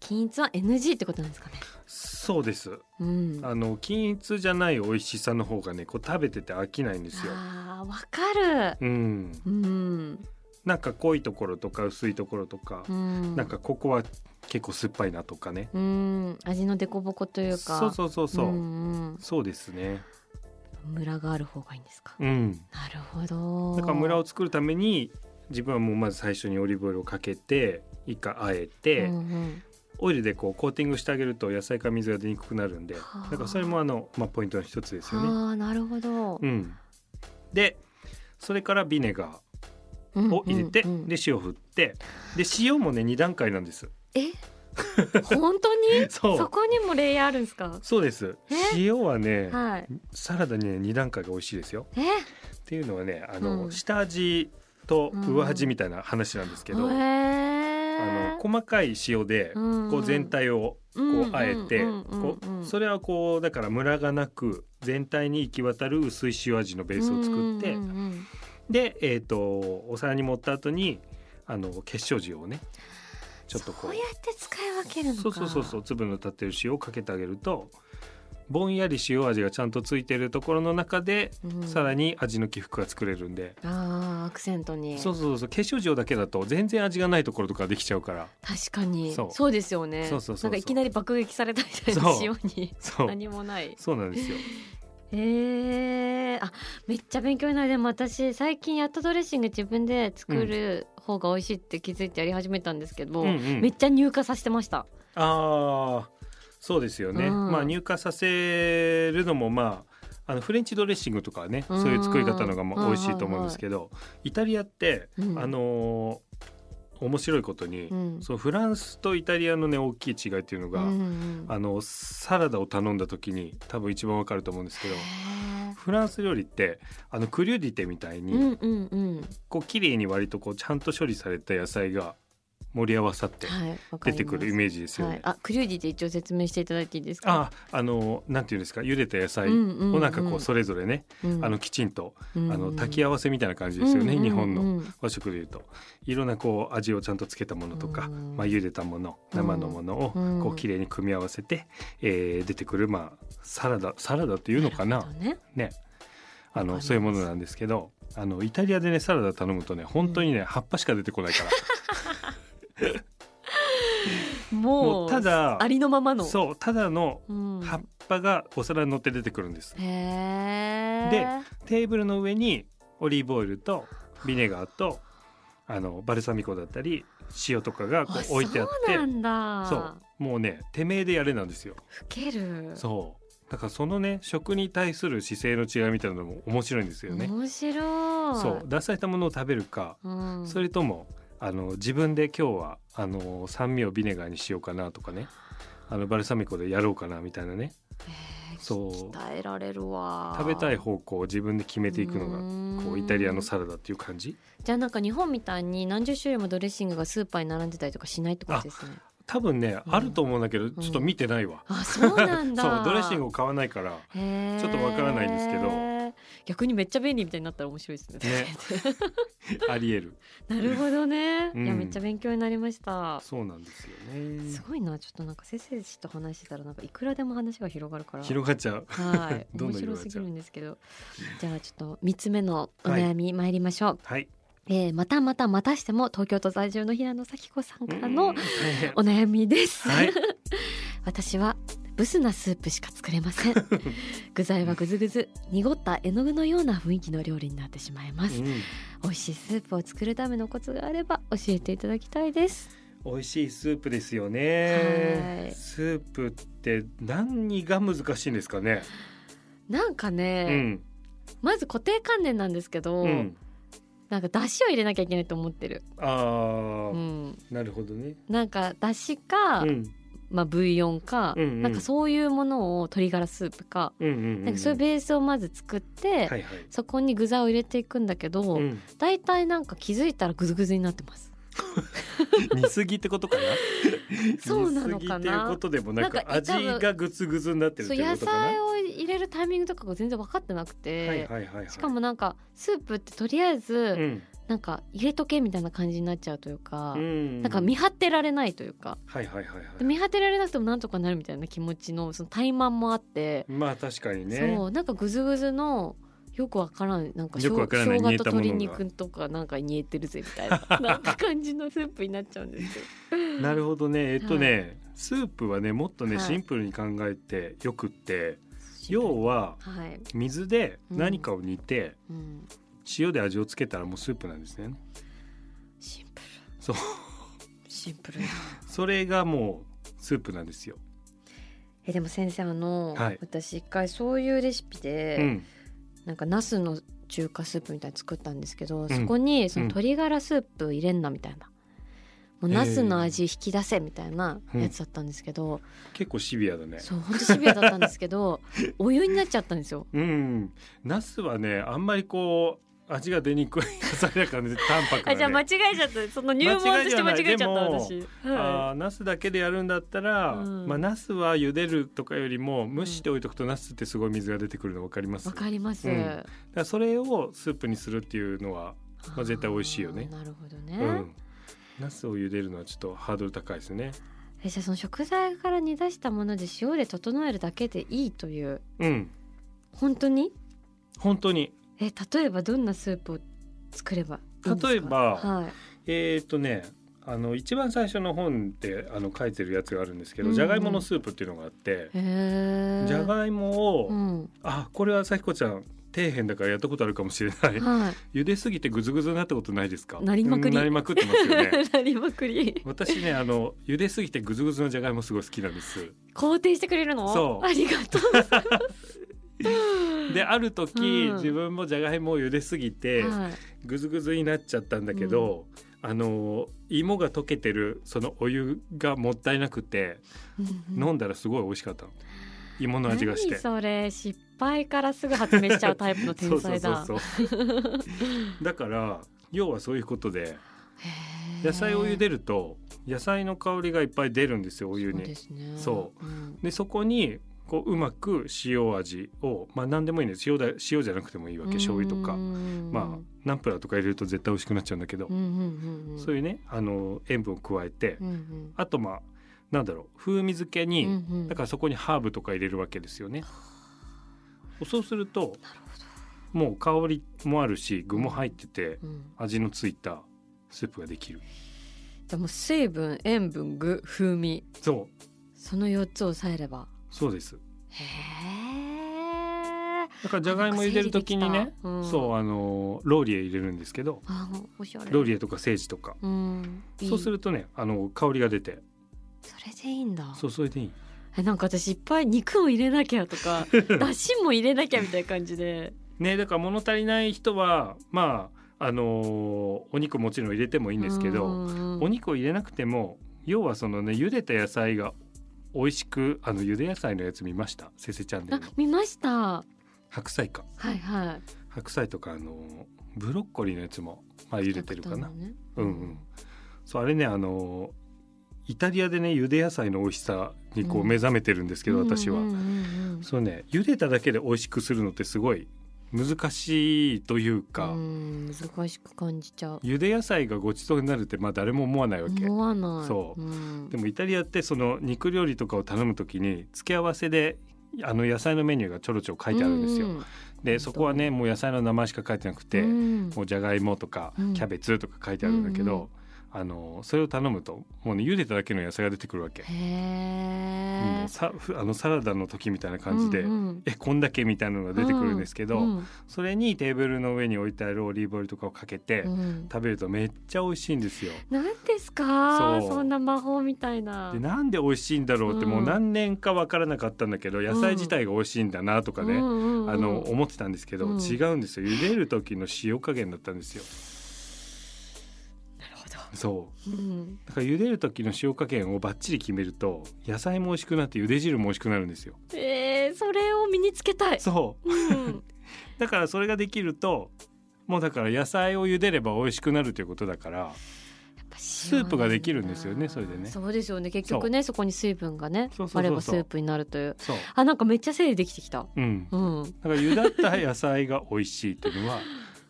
[SPEAKER 2] 均一は NG ってことなんですかね。
[SPEAKER 3] そうです
[SPEAKER 2] うん。
[SPEAKER 3] あの均一じゃない美味しさの方がねこう食べてて飽きないんですよ。
[SPEAKER 2] あーわかる。
[SPEAKER 3] うん、
[SPEAKER 2] うん。
[SPEAKER 3] なんか濃いところとか薄いところとか、
[SPEAKER 2] うん。
[SPEAKER 3] なんかここは結構酸っぱいなとかね。
[SPEAKER 2] うん味の凸凹というか
[SPEAKER 3] そうそうそうそう、
[SPEAKER 2] んうん
[SPEAKER 3] そうですね。
[SPEAKER 2] ムラがある方がいいんですか、
[SPEAKER 3] うん、
[SPEAKER 2] なるほど
[SPEAKER 3] だからムラを作るために自分はもうまず最初にオリーブオイルをかけて一回あえ
[SPEAKER 2] う
[SPEAKER 3] て、
[SPEAKER 2] んうん
[SPEAKER 3] オイルでこうコーティングしてあげると野菜から水が出にくくなるんで
[SPEAKER 2] はあ
[SPEAKER 3] だからそれもあの、まあ、ポイントの一つですよね。
[SPEAKER 2] はあなるほど、
[SPEAKER 3] うん、でそれからビネガー。
[SPEAKER 2] うん
[SPEAKER 3] を入れて、
[SPEAKER 2] うんう
[SPEAKER 3] [laughs]
[SPEAKER 2] ん
[SPEAKER 3] で塩を振ってで塩もね2段階なんです
[SPEAKER 2] え本当に
[SPEAKER 3] そう
[SPEAKER 2] そこにもレイヤーあるんですか
[SPEAKER 3] そうです
[SPEAKER 2] え
[SPEAKER 3] 塩はね
[SPEAKER 2] はい
[SPEAKER 3] サラダにね2段階が美味しいですよ
[SPEAKER 2] え
[SPEAKER 3] っていうのはねあの、
[SPEAKER 2] うん
[SPEAKER 3] 下味と上味みたいな話なんですけど、あの
[SPEAKER 2] え
[SPEAKER 3] 細かい塩でこう全体をこうあえてこうそれはこうだからムラがなく全体に行き渡る薄い塩味のベースを作ってで、えー、とお皿に盛った後にあの結晶塩をねちょ
[SPEAKER 2] ち
[SPEAKER 3] っとこ
[SPEAKER 2] そううやって使い分けるのか
[SPEAKER 3] そうそうそうそう粒の立ってる塩をかけてあげるとぼんやり塩味がちゃんとついてるところの中で、
[SPEAKER 2] うん
[SPEAKER 3] さらに味の起伏が作れるんで。
[SPEAKER 2] あーアクセントに
[SPEAKER 3] そうそうそう結晶塩だけだと全然味がないところとかできちゃうから
[SPEAKER 2] 確かに
[SPEAKER 3] そ
[SPEAKER 2] そううですよね
[SPEAKER 3] そうそうそうそう
[SPEAKER 2] なんかいきなり爆撃されたみたいな
[SPEAKER 3] そう
[SPEAKER 2] 塩 [laughs] に
[SPEAKER 3] そう
[SPEAKER 2] 何もない
[SPEAKER 3] そうなん
[SPEAKER 2] [laughs]
[SPEAKER 3] ですよ
[SPEAKER 2] えー、あめっちゃ勉強になるでも私最近やっとドレッシング自分で作る方が美味しいって気づいてやり始めたんですけど、
[SPEAKER 3] うんうん
[SPEAKER 2] めっちゃ乳化させてました
[SPEAKER 3] ああそうですよね、
[SPEAKER 2] うん
[SPEAKER 3] まあ乳化させるのもまああのフレンチドレッシングとかはね、
[SPEAKER 2] うん
[SPEAKER 3] そういう作り方のがもう美味しいと思うんですけど、イタリアって、
[SPEAKER 2] うん
[SPEAKER 3] あのー面白いことに、
[SPEAKER 2] うん
[SPEAKER 3] そのフランスとイタリアのね大きい違いっていうのが、
[SPEAKER 2] うんうん
[SPEAKER 3] あのサラダを頼んだ時に多分一番わかると思うんですけど。
[SPEAKER 2] へ
[SPEAKER 3] フランス料理ってあのクリュディテみたい
[SPEAKER 2] ー
[SPEAKER 3] に、
[SPEAKER 2] うんうんうん
[SPEAKER 3] こう綺麗に割とこうちゃんと処理された野菜が盛り合わさって
[SPEAKER 2] はいわか
[SPEAKER 3] 出
[SPEAKER 2] ります
[SPEAKER 3] てくるイメージですよね。
[SPEAKER 2] はい、あクリューディで一応説明していただいていいです
[SPEAKER 3] あ
[SPEAKER 2] か
[SPEAKER 3] あのなんていうんですか茹でた野菜を
[SPEAKER 2] ん
[SPEAKER 3] なんかこうそれぞれね、
[SPEAKER 2] うん
[SPEAKER 3] あのきちんと、
[SPEAKER 2] うん
[SPEAKER 3] あの炊き合わせみたいな感じですよね、
[SPEAKER 2] うんうんうん
[SPEAKER 3] 日本の
[SPEAKER 2] うん
[SPEAKER 3] 和食でいうといろんなこう味をちゃんとつけたものとか、
[SPEAKER 2] うん
[SPEAKER 3] まあ、茹でたもの生のものを
[SPEAKER 2] うん
[SPEAKER 3] こう綺麗に組み合わせて、えー出てくる、まあ、サラダサラダっていうのかな
[SPEAKER 2] なるほどね
[SPEAKER 3] ねあ
[SPEAKER 2] わかり
[SPEAKER 3] の
[SPEAKER 2] ます
[SPEAKER 3] そういうものなんですけどあのイタリアでねサラダ頼むとね本当にね、葉っぱしか出てこない
[SPEAKER 2] [laughs]
[SPEAKER 3] から
[SPEAKER 2] もう
[SPEAKER 3] もうただ
[SPEAKER 2] ありのままの
[SPEAKER 3] そうただの
[SPEAKER 2] うん、
[SPEAKER 3] 葉っぱがお皿に乗って出てくるんです。
[SPEAKER 2] へ
[SPEAKER 3] で
[SPEAKER 2] ー
[SPEAKER 3] テーブルの上にオリーブオイルとビネガーとあのバルサミコだったり塩とかがこ
[SPEAKER 2] あ
[SPEAKER 3] う置いてあっ
[SPEAKER 2] そう
[SPEAKER 3] て
[SPEAKER 2] なんだ
[SPEAKER 3] そうもうねてめえでやれなんですよ
[SPEAKER 2] 老ける
[SPEAKER 3] そうだからそのね食に対する姿勢の違いみたいなのも面白いんですよね
[SPEAKER 2] 面白い
[SPEAKER 3] そう、出されたものを食べるか
[SPEAKER 2] うん、
[SPEAKER 3] それともあの自分で今日はあの酸味をビネガーにしようかなとかねあのバルサミコでやろうかなみたいなね
[SPEAKER 2] へー
[SPEAKER 3] そう
[SPEAKER 2] 鍛えられるわ
[SPEAKER 3] 食べたい方向を自分で決めていくのが
[SPEAKER 2] が
[SPEAKER 3] こうイタリアのサラダっていう感じ
[SPEAKER 2] じゃあなんか日本みたいに何十種類もドレッシングがスーパーに並んでたりとかしないってことですね
[SPEAKER 3] 多分ね、
[SPEAKER 2] うん
[SPEAKER 3] あると思うんだけどちょっと見てないわ、
[SPEAKER 2] あそうなんだ
[SPEAKER 3] そうドレッシングを買わないから
[SPEAKER 2] ち
[SPEAKER 3] ちょっとわからないんですけど
[SPEAKER 2] 逆にめっちゃ便利みたいになったら面白いですね
[SPEAKER 3] ねありえる
[SPEAKER 2] [laughs] なるほどね、
[SPEAKER 3] うん
[SPEAKER 2] いやめっちゃ勉強になりました
[SPEAKER 3] そうなんですよね
[SPEAKER 2] すごいなちょっとなんか先生と話してたらなんかいくらでも話が広がるから
[SPEAKER 3] 広がっちゃう
[SPEAKER 2] はい、
[SPEAKER 3] [laughs] どん
[SPEAKER 2] 面
[SPEAKER 3] どん広がっちゃう
[SPEAKER 2] 白すぎるんですけどじゃあちょっと3つ目のお悩み参りましょう、
[SPEAKER 3] はい
[SPEAKER 2] えーまたまたまたしても東京都在住の平野咲子さんから
[SPEAKER 3] う
[SPEAKER 2] の
[SPEAKER 3] ん大変
[SPEAKER 2] お悩みです、 [laughs]
[SPEAKER 3] はい
[SPEAKER 2] 私はブスなスープしか作れ
[SPEAKER 3] [laughs]
[SPEAKER 2] ません具材はぐずぐず濁った絵の具のような雰囲気の料理になってしまいま
[SPEAKER 3] う
[SPEAKER 2] す
[SPEAKER 3] ん
[SPEAKER 2] 美味しいスープを作るためのコツがあれば教えていただきたいです
[SPEAKER 3] 美味しいスープですよ
[SPEAKER 2] は
[SPEAKER 3] ね
[SPEAKER 2] い
[SPEAKER 3] スープって何が難しいんですかね、
[SPEAKER 2] なんかね、
[SPEAKER 3] うん
[SPEAKER 2] まず固定観念なんですけど、
[SPEAKER 3] うん
[SPEAKER 2] なんか出汁を入れなきゃいけないと思ってる、
[SPEAKER 3] あー、
[SPEAKER 2] うん、
[SPEAKER 3] なるほどね
[SPEAKER 2] なんか出汁か、
[SPEAKER 3] うん
[SPEAKER 2] まあブイヨンか、
[SPEAKER 3] うんうん
[SPEAKER 2] なんかそういうものを鶏ガラスープか、
[SPEAKER 3] うんうんうん
[SPEAKER 2] なんかそういうベースをまず作って、
[SPEAKER 3] はいはい
[SPEAKER 2] そこに具材を入れていくんだけど、
[SPEAKER 3] うん
[SPEAKER 2] だいたいなんか気づいたらグズグズになってます。
[SPEAKER 3] 煮すぎってことかな
[SPEAKER 2] [laughs] そうなのかな
[SPEAKER 3] 煮すぎっていうことでもなく
[SPEAKER 2] なんか
[SPEAKER 3] 味がグツグツになってるっ
[SPEAKER 2] そ
[SPEAKER 3] て
[SPEAKER 2] う
[SPEAKER 3] いう
[SPEAKER 2] 野
[SPEAKER 3] ことかな
[SPEAKER 2] 菜を入れるタイミングとかが全然分かってなくて、
[SPEAKER 3] はいはいはいはい
[SPEAKER 2] しかもなんかスープってとりあえ
[SPEAKER 3] う
[SPEAKER 2] ず
[SPEAKER 3] ん
[SPEAKER 2] なんか入れとけみたいな感じになっちゃうというか、
[SPEAKER 3] うん
[SPEAKER 2] なんか見張ってられないというか、
[SPEAKER 3] はいはいはいは
[SPEAKER 2] で見張ってられなくてもなんとかなるみたいな気持ちのその怠慢もあって、
[SPEAKER 3] いまあ確かにね
[SPEAKER 2] そうなんかグズグズのよくわからんなんかしょ
[SPEAKER 3] よくわ
[SPEAKER 2] う
[SPEAKER 3] からない
[SPEAKER 2] 生姜と
[SPEAKER 3] 煮えたものが
[SPEAKER 2] 鶏肉とかなんか煮えてるぜみたいななんか感じのスープになっちゃうんですよ。
[SPEAKER 3] なるほどねえっとね、スープはねもっとね
[SPEAKER 2] はい
[SPEAKER 3] シンプルに考えてよくって、 [laughs] 要は
[SPEAKER 2] はい、
[SPEAKER 3] 水で何かを煮て、
[SPEAKER 2] うん、
[SPEAKER 3] 塩で味をつけたらもうスープなんですね
[SPEAKER 2] シンプル
[SPEAKER 3] そう
[SPEAKER 2] シンプルな
[SPEAKER 3] それがもうスープなんですよ、
[SPEAKER 2] えでも先生あの、
[SPEAKER 3] はい
[SPEAKER 2] 私一回そういうレシピで、
[SPEAKER 3] うん
[SPEAKER 2] なんかナスの中華スープみたいに作ったんですけど、
[SPEAKER 3] ん
[SPEAKER 2] そこにその
[SPEAKER 3] うん
[SPEAKER 2] 鶏ガラスープ入れんなみたいな、もうナスの味引き出せみたいなやつだったんですけど、
[SPEAKER 3] 結構シビアだね
[SPEAKER 2] そう本当シビアだったんです
[SPEAKER 3] [laughs]
[SPEAKER 2] けどお湯になっちゃったんですよ。
[SPEAKER 3] うんナスはねあんまりこう味が出にくい野菜だからね淡白な、ね、
[SPEAKER 2] あじゃあ間違えちゃったその入門として間違えちゃった私。
[SPEAKER 3] ああナスだけでやるんだったら、うん、まあナスは茹でるとかよりも蒸しておいとくと、うん、ナスってすごい水が出てくるの分かります
[SPEAKER 2] わかります、うん、だ
[SPEAKER 3] からそれをスープにするっていうのは、まあ、絶対美味しいよね。
[SPEAKER 2] なるほどね、うん
[SPEAKER 3] ナスを茹でるのはちょっとハードル高いですね。
[SPEAKER 2] えじゃあその食材から煮出したもので塩で整えるだけでいいという。
[SPEAKER 3] うん。
[SPEAKER 2] 本当に？
[SPEAKER 3] 本当に。
[SPEAKER 2] え例えばどんなスープを作れば
[SPEAKER 3] 例えば、
[SPEAKER 2] はい、
[SPEAKER 3] えっ、ー、とね。あの一番最初の本であの書いてるやつがあるんですけど、じゃがいものスープっていうのがあってじゃがいもを、うん、あこれは咲子ちゃん底辺だからやったことあるかもしれない、はい、茹ですぎてグズグズなったことないですか
[SPEAKER 2] なりまくり
[SPEAKER 3] なりまくってますよ [laughs] ね
[SPEAKER 2] [laughs] なりまくり
[SPEAKER 3] 私ねあの茹ですぎてグズグズのじゃがいもすごい好きなんです
[SPEAKER 2] 肯定してくれるの
[SPEAKER 3] そう
[SPEAKER 2] ありがとう
[SPEAKER 3] である時、うん、自分もじゃがいもを茹ですぎて、はい、グズグズになっちゃったんだけど、うん、あの芋が溶けてるそのお湯がもったいなくて、うんうん、飲んだらすごい美味しかった芋の味がして
[SPEAKER 2] それ失敗からすぐ発明しちゃうタイプの天才だ
[SPEAKER 3] そうそうそうそうだから要はそういうことで野菜を茹でると野菜の香りがいっぱい出るんですよお湯に、
[SPEAKER 2] そう
[SPEAKER 3] ねうん、でそこにこううまく塩味をまあ何でもいいんです塩だ塩じゃなくてもいいわけ醤油とかまあナンプラーとか入れると絶対美味しくなっちゃうんだけど、
[SPEAKER 2] うんうんうん、
[SPEAKER 3] そういうねあの塩分を加えて、
[SPEAKER 2] うんうん、
[SPEAKER 3] あとまあなんだろう風味付けに、うんうん、だからそこにハーブとか入れるわけですよね。そうするともう香りもあるし具も入ってて、うん、味のついたスープができる
[SPEAKER 2] でも水分塩分具風味
[SPEAKER 3] そう
[SPEAKER 2] その4つを抑えれば
[SPEAKER 3] そうです
[SPEAKER 2] へえ
[SPEAKER 3] だからじゃがいも茹でる時にね、うん、そうあのローリエ入れるんですけどローリエとかセージとか、
[SPEAKER 2] うん、
[SPEAKER 3] そうするとねあの香りが出て
[SPEAKER 2] それでいいんだ
[SPEAKER 3] そうそれでいい
[SPEAKER 2] なんか私いっぱい肉を入れなきゃ
[SPEAKER 3] [laughs]
[SPEAKER 2] とかだしも入れなきゃみたいな感じで。
[SPEAKER 3] ねだから物足りない人はまああのー、お肉もちろん入れてもいいんですけどお肉を入れなくても要はそのね茹でた野菜が美味しくあの茹で野菜のやつ見ましたせせちゃんで
[SPEAKER 2] 見ました
[SPEAKER 3] 白菜か
[SPEAKER 2] はいはい
[SPEAKER 3] 白菜とかあのー、ブロッコリーのやつもまあ茹でてるかな、ね、うんうんそうあれねあのーイタリアでね茹で野菜の美味しさにこう目覚めてるんですけど、うん、私は、うんうんうん、そうね茹でただけで美味しくするのってすごい難しいというか
[SPEAKER 2] 難しく感じちゃう
[SPEAKER 3] 茹で野菜がごちそうになるってまあ誰も思わないわけ
[SPEAKER 2] 思わない
[SPEAKER 3] そう、
[SPEAKER 2] うん、
[SPEAKER 3] でもイタリアってその肉料理とかを頼むときに付け合わせであの野菜のメニューがちょろちょろ書いてあるんですよ、うんうん、でそこはねもう野菜の名前しか書いてなくて、うん、もうじゃがいもとかキャベツとか書いてあるんだけど、うんうんあのそれを頼むともうね茹でただけの野菜が出てくるわけ。
[SPEAKER 2] へ
[SPEAKER 3] うん、さあのサラダの時みたいな感じで、うんうん、えこんだけみたいなのが出てくるんですけど、うんうん、それにテーブルの上に置いてあるオリーブオイルとかをかけて、うん、食べるとめっちゃ美味しいんですよ。
[SPEAKER 2] なんですかそんな魔法みたいな。、
[SPEAKER 3] でなんで美味しいんだろうってもう何年か分からなかったんだけど、うん、野菜自体が美味しいんだなとかね、うんうんうん、あの思ってたんですけど、違うんですよ茹でる時の塩加減だったんですよ。そう
[SPEAKER 2] うん、
[SPEAKER 3] だから茹でる時の塩加減をバッチリ決めると野菜も美味しくなって茹で汁も美味しくなるんですよ
[SPEAKER 2] えー、それを身につけたい
[SPEAKER 3] そう、うん、だからそれができるともうだから野菜を茹でれば美味しくなるということだから [laughs] スープができるんですよねそれでね
[SPEAKER 2] そうですよね結局ねそこに水分がね
[SPEAKER 3] そう
[SPEAKER 2] そうればスープになるというあなんかめっちゃ整理できてきた
[SPEAKER 3] うん、
[SPEAKER 2] うん、
[SPEAKER 3] だから茹だった野菜が美味しいというのは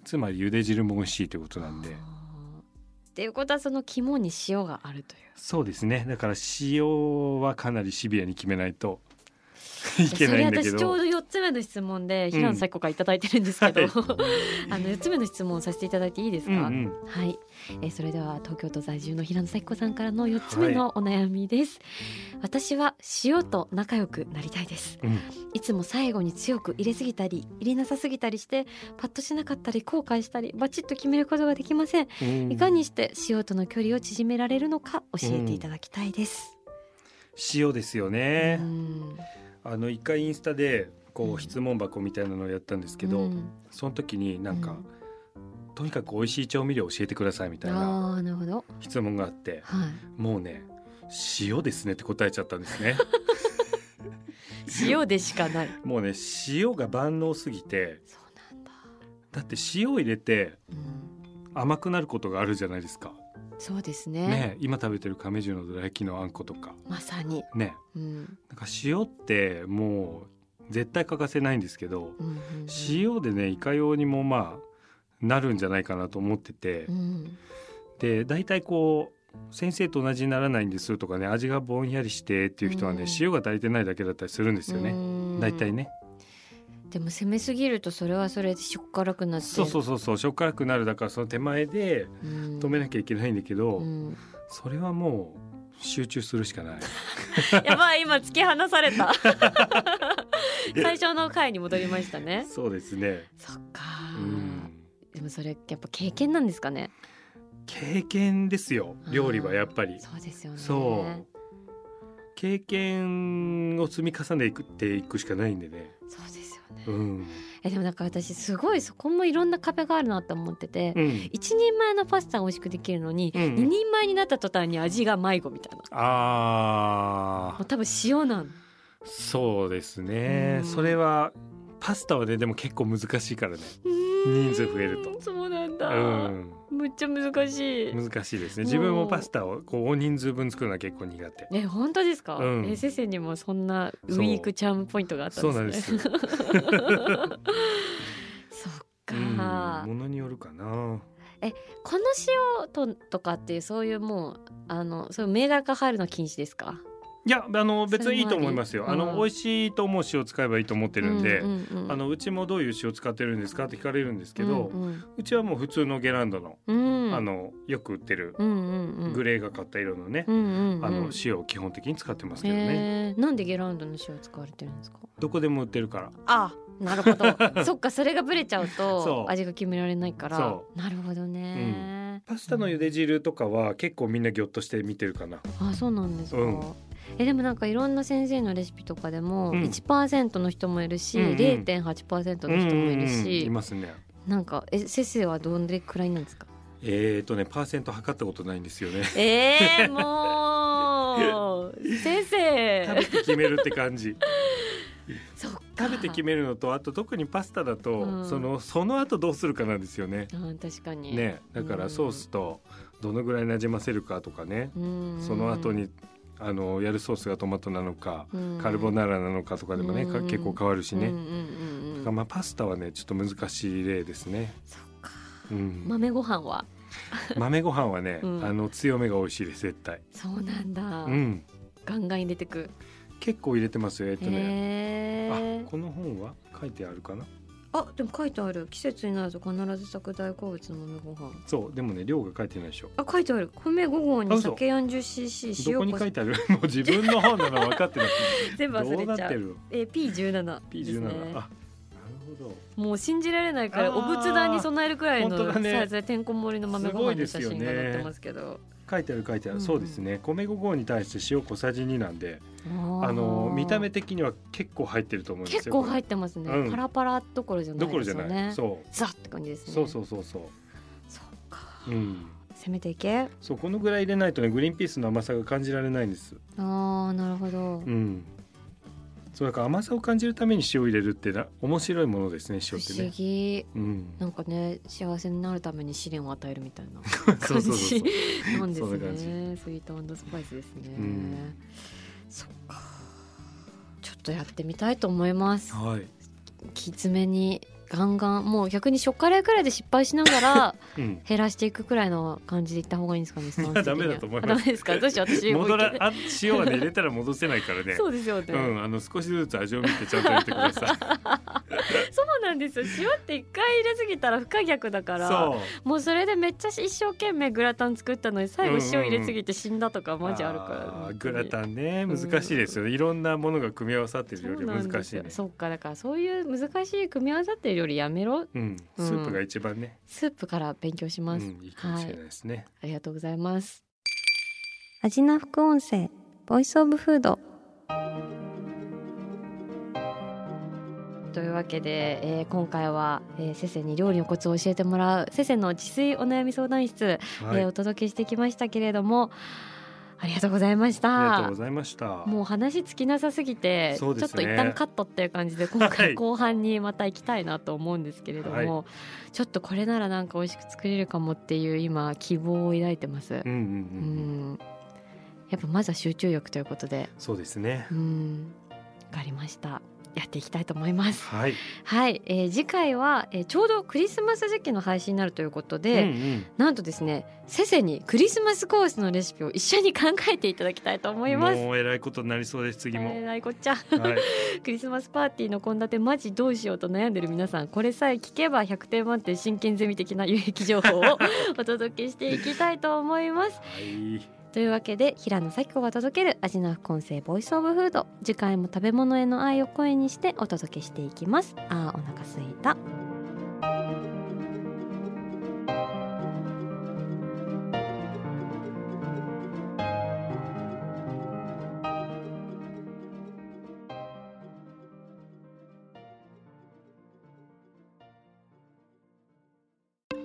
[SPEAKER 3] つまり茹で汁も美味しいということなんで。
[SPEAKER 2] っていうことはその肝に塩があるという
[SPEAKER 3] そうですねだから塩はかなりシビアに決めないといけないんだけど
[SPEAKER 2] ちょうど4つ目の質問で平野咲子から頂いてるんですけど、うんはい、 [laughs] あの4つ目の質問させていただいていいですか、
[SPEAKER 3] うんうん、
[SPEAKER 2] はい、えー、それでは東京都在住の平野咲子さんからの4つ目のお悩みです、はい、私は塩と仲良くなりたいです、
[SPEAKER 3] うん、
[SPEAKER 2] いつも最後に強く入れすぎたり入れなさすぎたりしてパッとしなかったり後悔したりバチッと決めることができません、うん、いかにして塩との距離を縮められるのか教えていただきたいです、
[SPEAKER 3] 塩ですよね、あの一回インスタでこう質問箱みたいなのをやったんですけど、うん、その時になんか、とにかく美味しい調味料教えてくださいみたいな
[SPEAKER 2] あーなるほど
[SPEAKER 3] 質問があって
[SPEAKER 2] はい
[SPEAKER 3] もうね塩ですねって答えちゃったんです
[SPEAKER 2] [laughs]
[SPEAKER 3] ね
[SPEAKER 2] 塩でしかない
[SPEAKER 3] もうね塩が万能すぎて
[SPEAKER 2] そうなんだ、
[SPEAKER 3] だって塩入れて
[SPEAKER 2] うん、
[SPEAKER 3] 甘くなることがあるじゃないですか
[SPEAKER 2] そうですね
[SPEAKER 3] ね今食べてる亀十のどら焼きのあんことか
[SPEAKER 2] まさに
[SPEAKER 3] ね
[SPEAKER 2] うん
[SPEAKER 3] なんか塩ってもう絶対欠かせないんですけど
[SPEAKER 2] うんうんうん
[SPEAKER 3] 塩でねいかようにもまあなるんじゃないかなと思ってて
[SPEAKER 2] うん
[SPEAKER 3] で大体こう先生と同じにならないんですとかね味がぼんやりしてっていう人はね
[SPEAKER 2] うん
[SPEAKER 3] 塩が足りてないだけだったりするんですよね
[SPEAKER 2] ね
[SPEAKER 3] 大体ね
[SPEAKER 2] でも攻めすぎるとそれはそれでしょっからくなって
[SPEAKER 3] そうそうそうそうしょっからくなるだからその手前で
[SPEAKER 2] うん
[SPEAKER 3] 止めなきゃいけないんだけど [laughs]
[SPEAKER 2] うん
[SPEAKER 3] それはもう集中するしかない
[SPEAKER 2] やばい今突き放され
[SPEAKER 3] [laughs]
[SPEAKER 2] た最初の回に戻りまし
[SPEAKER 3] [laughs]
[SPEAKER 2] たね
[SPEAKER 3] そうですね
[SPEAKER 2] そっか
[SPEAKER 3] うん
[SPEAKER 2] でもそれやっぱ経験なんですかね
[SPEAKER 3] 経験ですよ料理はやっぱり
[SPEAKER 2] そうですよね
[SPEAKER 3] そう経験を積み重ねていくっていくしかないんでね。
[SPEAKER 2] そうですよね、
[SPEAKER 3] うん。
[SPEAKER 2] えでもなんか私すごいそこもいろんな壁があるなと思ってて、
[SPEAKER 3] うん。
[SPEAKER 2] 一人前のパスタが美味しくできるのに、
[SPEAKER 3] うんうん
[SPEAKER 2] 二人前になった途端に味が迷子みたいなも
[SPEAKER 3] あ
[SPEAKER 2] う
[SPEAKER 3] あ、
[SPEAKER 2] 多分塩なん
[SPEAKER 3] そうですね。
[SPEAKER 2] うん
[SPEAKER 3] それはパスタはねでも結構難しいからね。
[SPEAKER 2] 人
[SPEAKER 3] 数増えると
[SPEAKER 2] そうなんだ、
[SPEAKER 3] うん。
[SPEAKER 2] むっちゃ難しい
[SPEAKER 3] 難しいですね。
[SPEAKER 2] もう
[SPEAKER 3] 自分もパスタをこう大人数分作るのは結構苦手。
[SPEAKER 2] え本当ですか、
[SPEAKER 3] うん
[SPEAKER 2] え先生にもそんなウ
[SPEAKER 3] そう
[SPEAKER 2] ィークチャームポイントがあった
[SPEAKER 3] そうんなん
[SPEAKER 2] で
[SPEAKER 3] ですす
[SPEAKER 2] ね
[SPEAKER 3] よ。
[SPEAKER 2] [laughs] そっ
[SPEAKER 3] う
[SPEAKER 2] か、
[SPEAKER 3] ん。ものによるかな。
[SPEAKER 2] この塩ととかっていうそういうもうあのそういう銘柄が入るのは禁止ですか
[SPEAKER 3] いやあの別にいいと思いますよ。
[SPEAKER 2] それ
[SPEAKER 3] あ
[SPEAKER 2] もあり
[SPEAKER 3] の美味しいと思う塩使えばいいと思ってるんで。
[SPEAKER 2] うんうんうん
[SPEAKER 3] あのうちもどういう塩使ってるんですかって聞かれるんですけど、
[SPEAKER 2] うんうん
[SPEAKER 3] うちはもう普通のゲランドの,、
[SPEAKER 2] うん、
[SPEAKER 3] あのよく売ってる
[SPEAKER 2] うんうんうん
[SPEAKER 3] グレーがかった色のね、
[SPEAKER 2] うんうんうん
[SPEAKER 3] あの塩を基本的に使ってますけどね、
[SPEAKER 2] へーなんでゲラウンドの塩使われてるんですか
[SPEAKER 3] どこでも売ってるから
[SPEAKER 2] あなるほ
[SPEAKER 3] [laughs]
[SPEAKER 2] どそっかそれがブレちゃう
[SPEAKER 3] そ
[SPEAKER 2] と
[SPEAKER 3] う
[SPEAKER 2] 味が決められないから
[SPEAKER 3] そ
[SPEAKER 2] なるほどね、
[SPEAKER 3] パスタの茹で汁とかは結構みんなぎょっとして見てるかな、
[SPEAKER 2] あそうなんですか、
[SPEAKER 3] うん
[SPEAKER 2] えでもなんかいろんな先生のレシピとかでも
[SPEAKER 3] うん
[SPEAKER 2] 1%の人もいるし、
[SPEAKER 3] うんうん
[SPEAKER 2] 0.8%の人もいる
[SPEAKER 3] うんうんうん
[SPEAKER 2] し、
[SPEAKER 3] いますね
[SPEAKER 2] なんかえ先生はどんでくらいなんですか
[SPEAKER 3] えーとねパーセント測ったことないんですよね
[SPEAKER 2] えー、もう先
[SPEAKER 3] 食
[SPEAKER 2] 生
[SPEAKER 3] べて決めるって感
[SPEAKER 2] [laughs]
[SPEAKER 3] じ
[SPEAKER 2] そっか
[SPEAKER 3] 食べて決めるのとあと特にパスタだと、
[SPEAKER 2] うん
[SPEAKER 3] そのその後どうするかなんですよね
[SPEAKER 2] あー確かに
[SPEAKER 3] ねだか
[SPEAKER 2] うん
[SPEAKER 3] らソースとどのぐらいなじませるかとかね、
[SPEAKER 2] うん
[SPEAKER 3] その後にあのやるソースがトマトなのか、カルボ
[SPEAKER 2] ー
[SPEAKER 3] ナーラなのかとかでもね、か
[SPEAKER 2] うん
[SPEAKER 3] 結構変わるしね、
[SPEAKER 2] うんうんうんうん
[SPEAKER 3] だからまあパスタはねちょっと難しい例ですね、
[SPEAKER 2] そっか
[SPEAKER 3] うん、
[SPEAKER 2] 豆ご飯は
[SPEAKER 3] 豆ご飯はね、
[SPEAKER 2] うん
[SPEAKER 3] あの強めが美味しいです絶対、
[SPEAKER 2] そうなんだ、
[SPEAKER 3] うん、
[SPEAKER 2] ガンガン入れてく
[SPEAKER 3] 結構入れてますよえっとね
[SPEAKER 2] へ
[SPEAKER 3] あ
[SPEAKER 2] ー
[SPEAKER 3] この本は書いてあるかな
[SPEAKER 2] あでも書いてある季節になると必ず作大好物の豆ご飯
[SPEAKER 3] そうでもね量が書いてないでしょ
[SPEAKER 2] あ書いてある米5号
[SPEAKER 3] あ
[SPEAKER 2] に
[SPEAKER 3] 嘘
[SPEAKER 2] 酒 40cc
[SPEAKER 3] どこ
[SPEAKER 2] 塩
[SPEAKER 3] に
[SPEAKER 2] こ
[SPEAKER 3] 書いてある [laughs] もう自分の本なの分かってない
[SPEAKER 2] 全部
[SPEAKER 3] どう
[SPEAKER 2] [laughs] 忘
[SPEAKER 3] な
[SPEAKER 2] れ
[SPEAKER 3] っ
[SPEAKER 2] ちゃ
[SPEAKER 3] て
[SPEAKER 2] う
[SPEAKER 3] る
[SPEAKER 2] え P17
[SPEAKER 3] P17、
[SPEAKER 2] ですね
[SPEAKER 3] あなるほ
[SPEAKER 2] もう信じられないから
[SPEAKER 3] あ
[SPEAKER 2] お
[SPEAKER 3] ー
[SPEAKER 2] 仏壇に備えるくらいの
[SPEAKER 3] 本当だね
[SPEAKER 2] サイズでてんこ盛りの豆
[SPEAKER 3] す
[SPEAKER 2] ご
[SPEAKER 3] ご
[SPEAKER 2] 飯
[SPEAKER 3] い
[SPEAKER 2] の
[SPEAKER 3] です
[SPEAKER 2] 写
[SPEAKER 3] よ
[SPEAKER 2] 真
[SPEAKER 3] ね
[SPEAKER 2] が載ってますけど
[SPEAKER 3] ど書いてある書いてある、
[SPEAKER 2] うんうん
[SPEAKER 3] そうですね米5合に対して塩小さじ2なんで
[SPEAKER 2] あ
[SPEAKER 3] あの
[SPEAKER 2] ー
[SPEAKER 3] 見た目的には結構入ってると思うんです
[SPEAKER 2] 結
[SPEAKER 3] よ
[SPEAKER 2] 構入
[SPEAKER 3] っ
[SPEAKER 2] ってますね、
[SPEAKER 3] うん
[SPEAKER 2] パラパラどころじゃない
[SPEAKER 3] どころじ
[SPEAKER 2] です
[SPEAKER 3] ゃ
[SPEAKER 2] よ
[SPEAKER 3] ない、
[SPEAKER 2] ね
[SPEAKER 3] そう
[SPEAKER 2] ザって感じですね
[SPEAKER 3] そうそうそうそ
[SPEAKER 2] そっか
[SPEAKER 3] う。うん。
[SPEAKER 2] 攻めていけ
[SPEAKER 3] そうこのぐらい入れないとねグリーンピースの甘さが感じられないんです。
[SPEAKER 2] あーなるほど
[SPEAKER 3] うん。そうだから甘さを感じるために塩を入れるってな面白いものですね
[SPEAKER 2] 不
[SPEAKER 3] 塩って
[SPEAKER 2] 思
[SPEAKER 3] ね。
[SPEAKER 2] 議
[SPEAKER 3] うん。
[SPEAKER 2] なんかね幸せになるために試練を与えるみたいな
[SPEAKER 3] [laughs] そうそうそうそう。
[SPEAKER 2] なんです
[SPEAKER 3] そんな感じ
[SPEAKER 2] ねスイートスパイスですね、
[SPEAKER 3] うん
[SPEAKER 2] そっかちょっとやってみたいと思います
[SPEAKER 3] はい。
[SPEAKER 2] きつめにガンガンもう逆に食カレーくらいで失敗しながら
[SPEAKER 3] [laughs] うん。
[SPEAKER 2] 減らしていくくらいの感じでいった方がいいんですかねスタンス的に
[SPEAKER 3] や
[SPEAKER 2] はい
[SPEAKER 3] ダメだと思います
[SPEAKER 2] あダメですかどうしよう私もう
[SPEAKER 3] 戻ら
[SPEAKER 2] いけ
[SPEAKER 3] あ塩はね入れたら戻せないからね。
[SPEAKER 2] [laughs] そうですよね、
[SPEAKER 3] うん、あの少しずつ味を見てちゃんと入れてください。
[SPEAKER 2] [laughs] そうなんですよ塩って一回入れすぎたら不可逆だから
[SPEAKER 3] そう。
[SPEAKER 2] もうそれでめっちゃ一生懸命グラタン作ったのに最後塩入れすぎて死んだとかマジあるから、
[SPEAKER 3] あーグラ
[SPEAKER 2] ン
[SPEAKER 3] タンね難しいですよね。いろんなものが組み合わさってるより難しいね。
[SPEAKER 2] そっかだからそういう難しい組み合わさってるよりやめろ
[SPEAKER 3] うん。スープが一番ね、
[SPEAKER 2] スープから勉強し
[SPEAKER 3] う
[SPEAKER 2] ます、
[SPEAKER 3] ん、いいかもしれないですね。
[SPEAKER 2] ありがとうございます
[SPEAKER 1] 味な副音声ボイスオブフード
[SPEAKER 2] というわわけで、えー、今回は、えー、セセに料理のコツを教えてもらうセセの自炊お悩み相談室、
[SPEAKER 3] はい、
[SPEAKER 2] えーお届けしてきましたけれどもありがとうございまし
[SPEAKER 3] ありがとう
[SPEAKER 2] た
[SPEAKER 3] ご。ざいました。
[SPEAKER 2] もう話尽きなさすぎて
[SPEAKER 3] そうで
[SPEAKER 2] ちょ
[SPEAKER 3] す
[SPEAKER 2] っ
[SPEAKER 3] ね
[SPEAKER 2] と一旦カットっていう感じで今
[SPEAKER 3] は
[SPEAKER 2] 回
[SPEAKER 3] い
[SPEAKER 2] 後半にまた行きたいなと思うんですけれども、ちょっとこれならなんか美味しく作れるかもっていう今希望を抱いてます
[SPEAKER 3] う。んうん
[SPEAKER 2] う
[SPEAKER 3] うんうん。
[SPEAKER 2] んやっぱまずは集中力ということで
[SPEAKER 3] そうですね
[SPEAKER 2] う。んわかりましたやっていきたいと思います。
[SPEAKER 3] はい。
[SPEAKER 2] はい、えー次回は、えーちょうどクリスマス時期の配信になるということで、
[SPEAKER 3] うんうん
[SPEAKER 2] なんとですねせせにクリスマスコースのレシピを一緒に考えていただきたいと思います。
[SPEAKER 3] もうえらいことになりそうです次
[SPEAKER 2] え
[SPEAKER 3] も。
[SPEAKER 2] ー、いこっちゃん [laughs]
[SPEAKER 3] はい。
[SPEAKER 2] クリスマスパーティーの献立マジどうしようと悩んでる皆さんこれさえ聞けば100点満点真剣ゼミ的な有益情報をお届けしていきたいと思
[SPEAKER 3] [laughs]
[SPEAKER 2] います。
[SPEAKER 3] はい。
[SPEAKER 2] というわけで平野咲子が届ける「アジナフコンセボイス・オブ・フード」次回も食べ物への愛を声にしてお届けしていきます。あーお腹すいた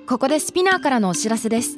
[SPEAKER 4] ここでスピナーからのお知らせです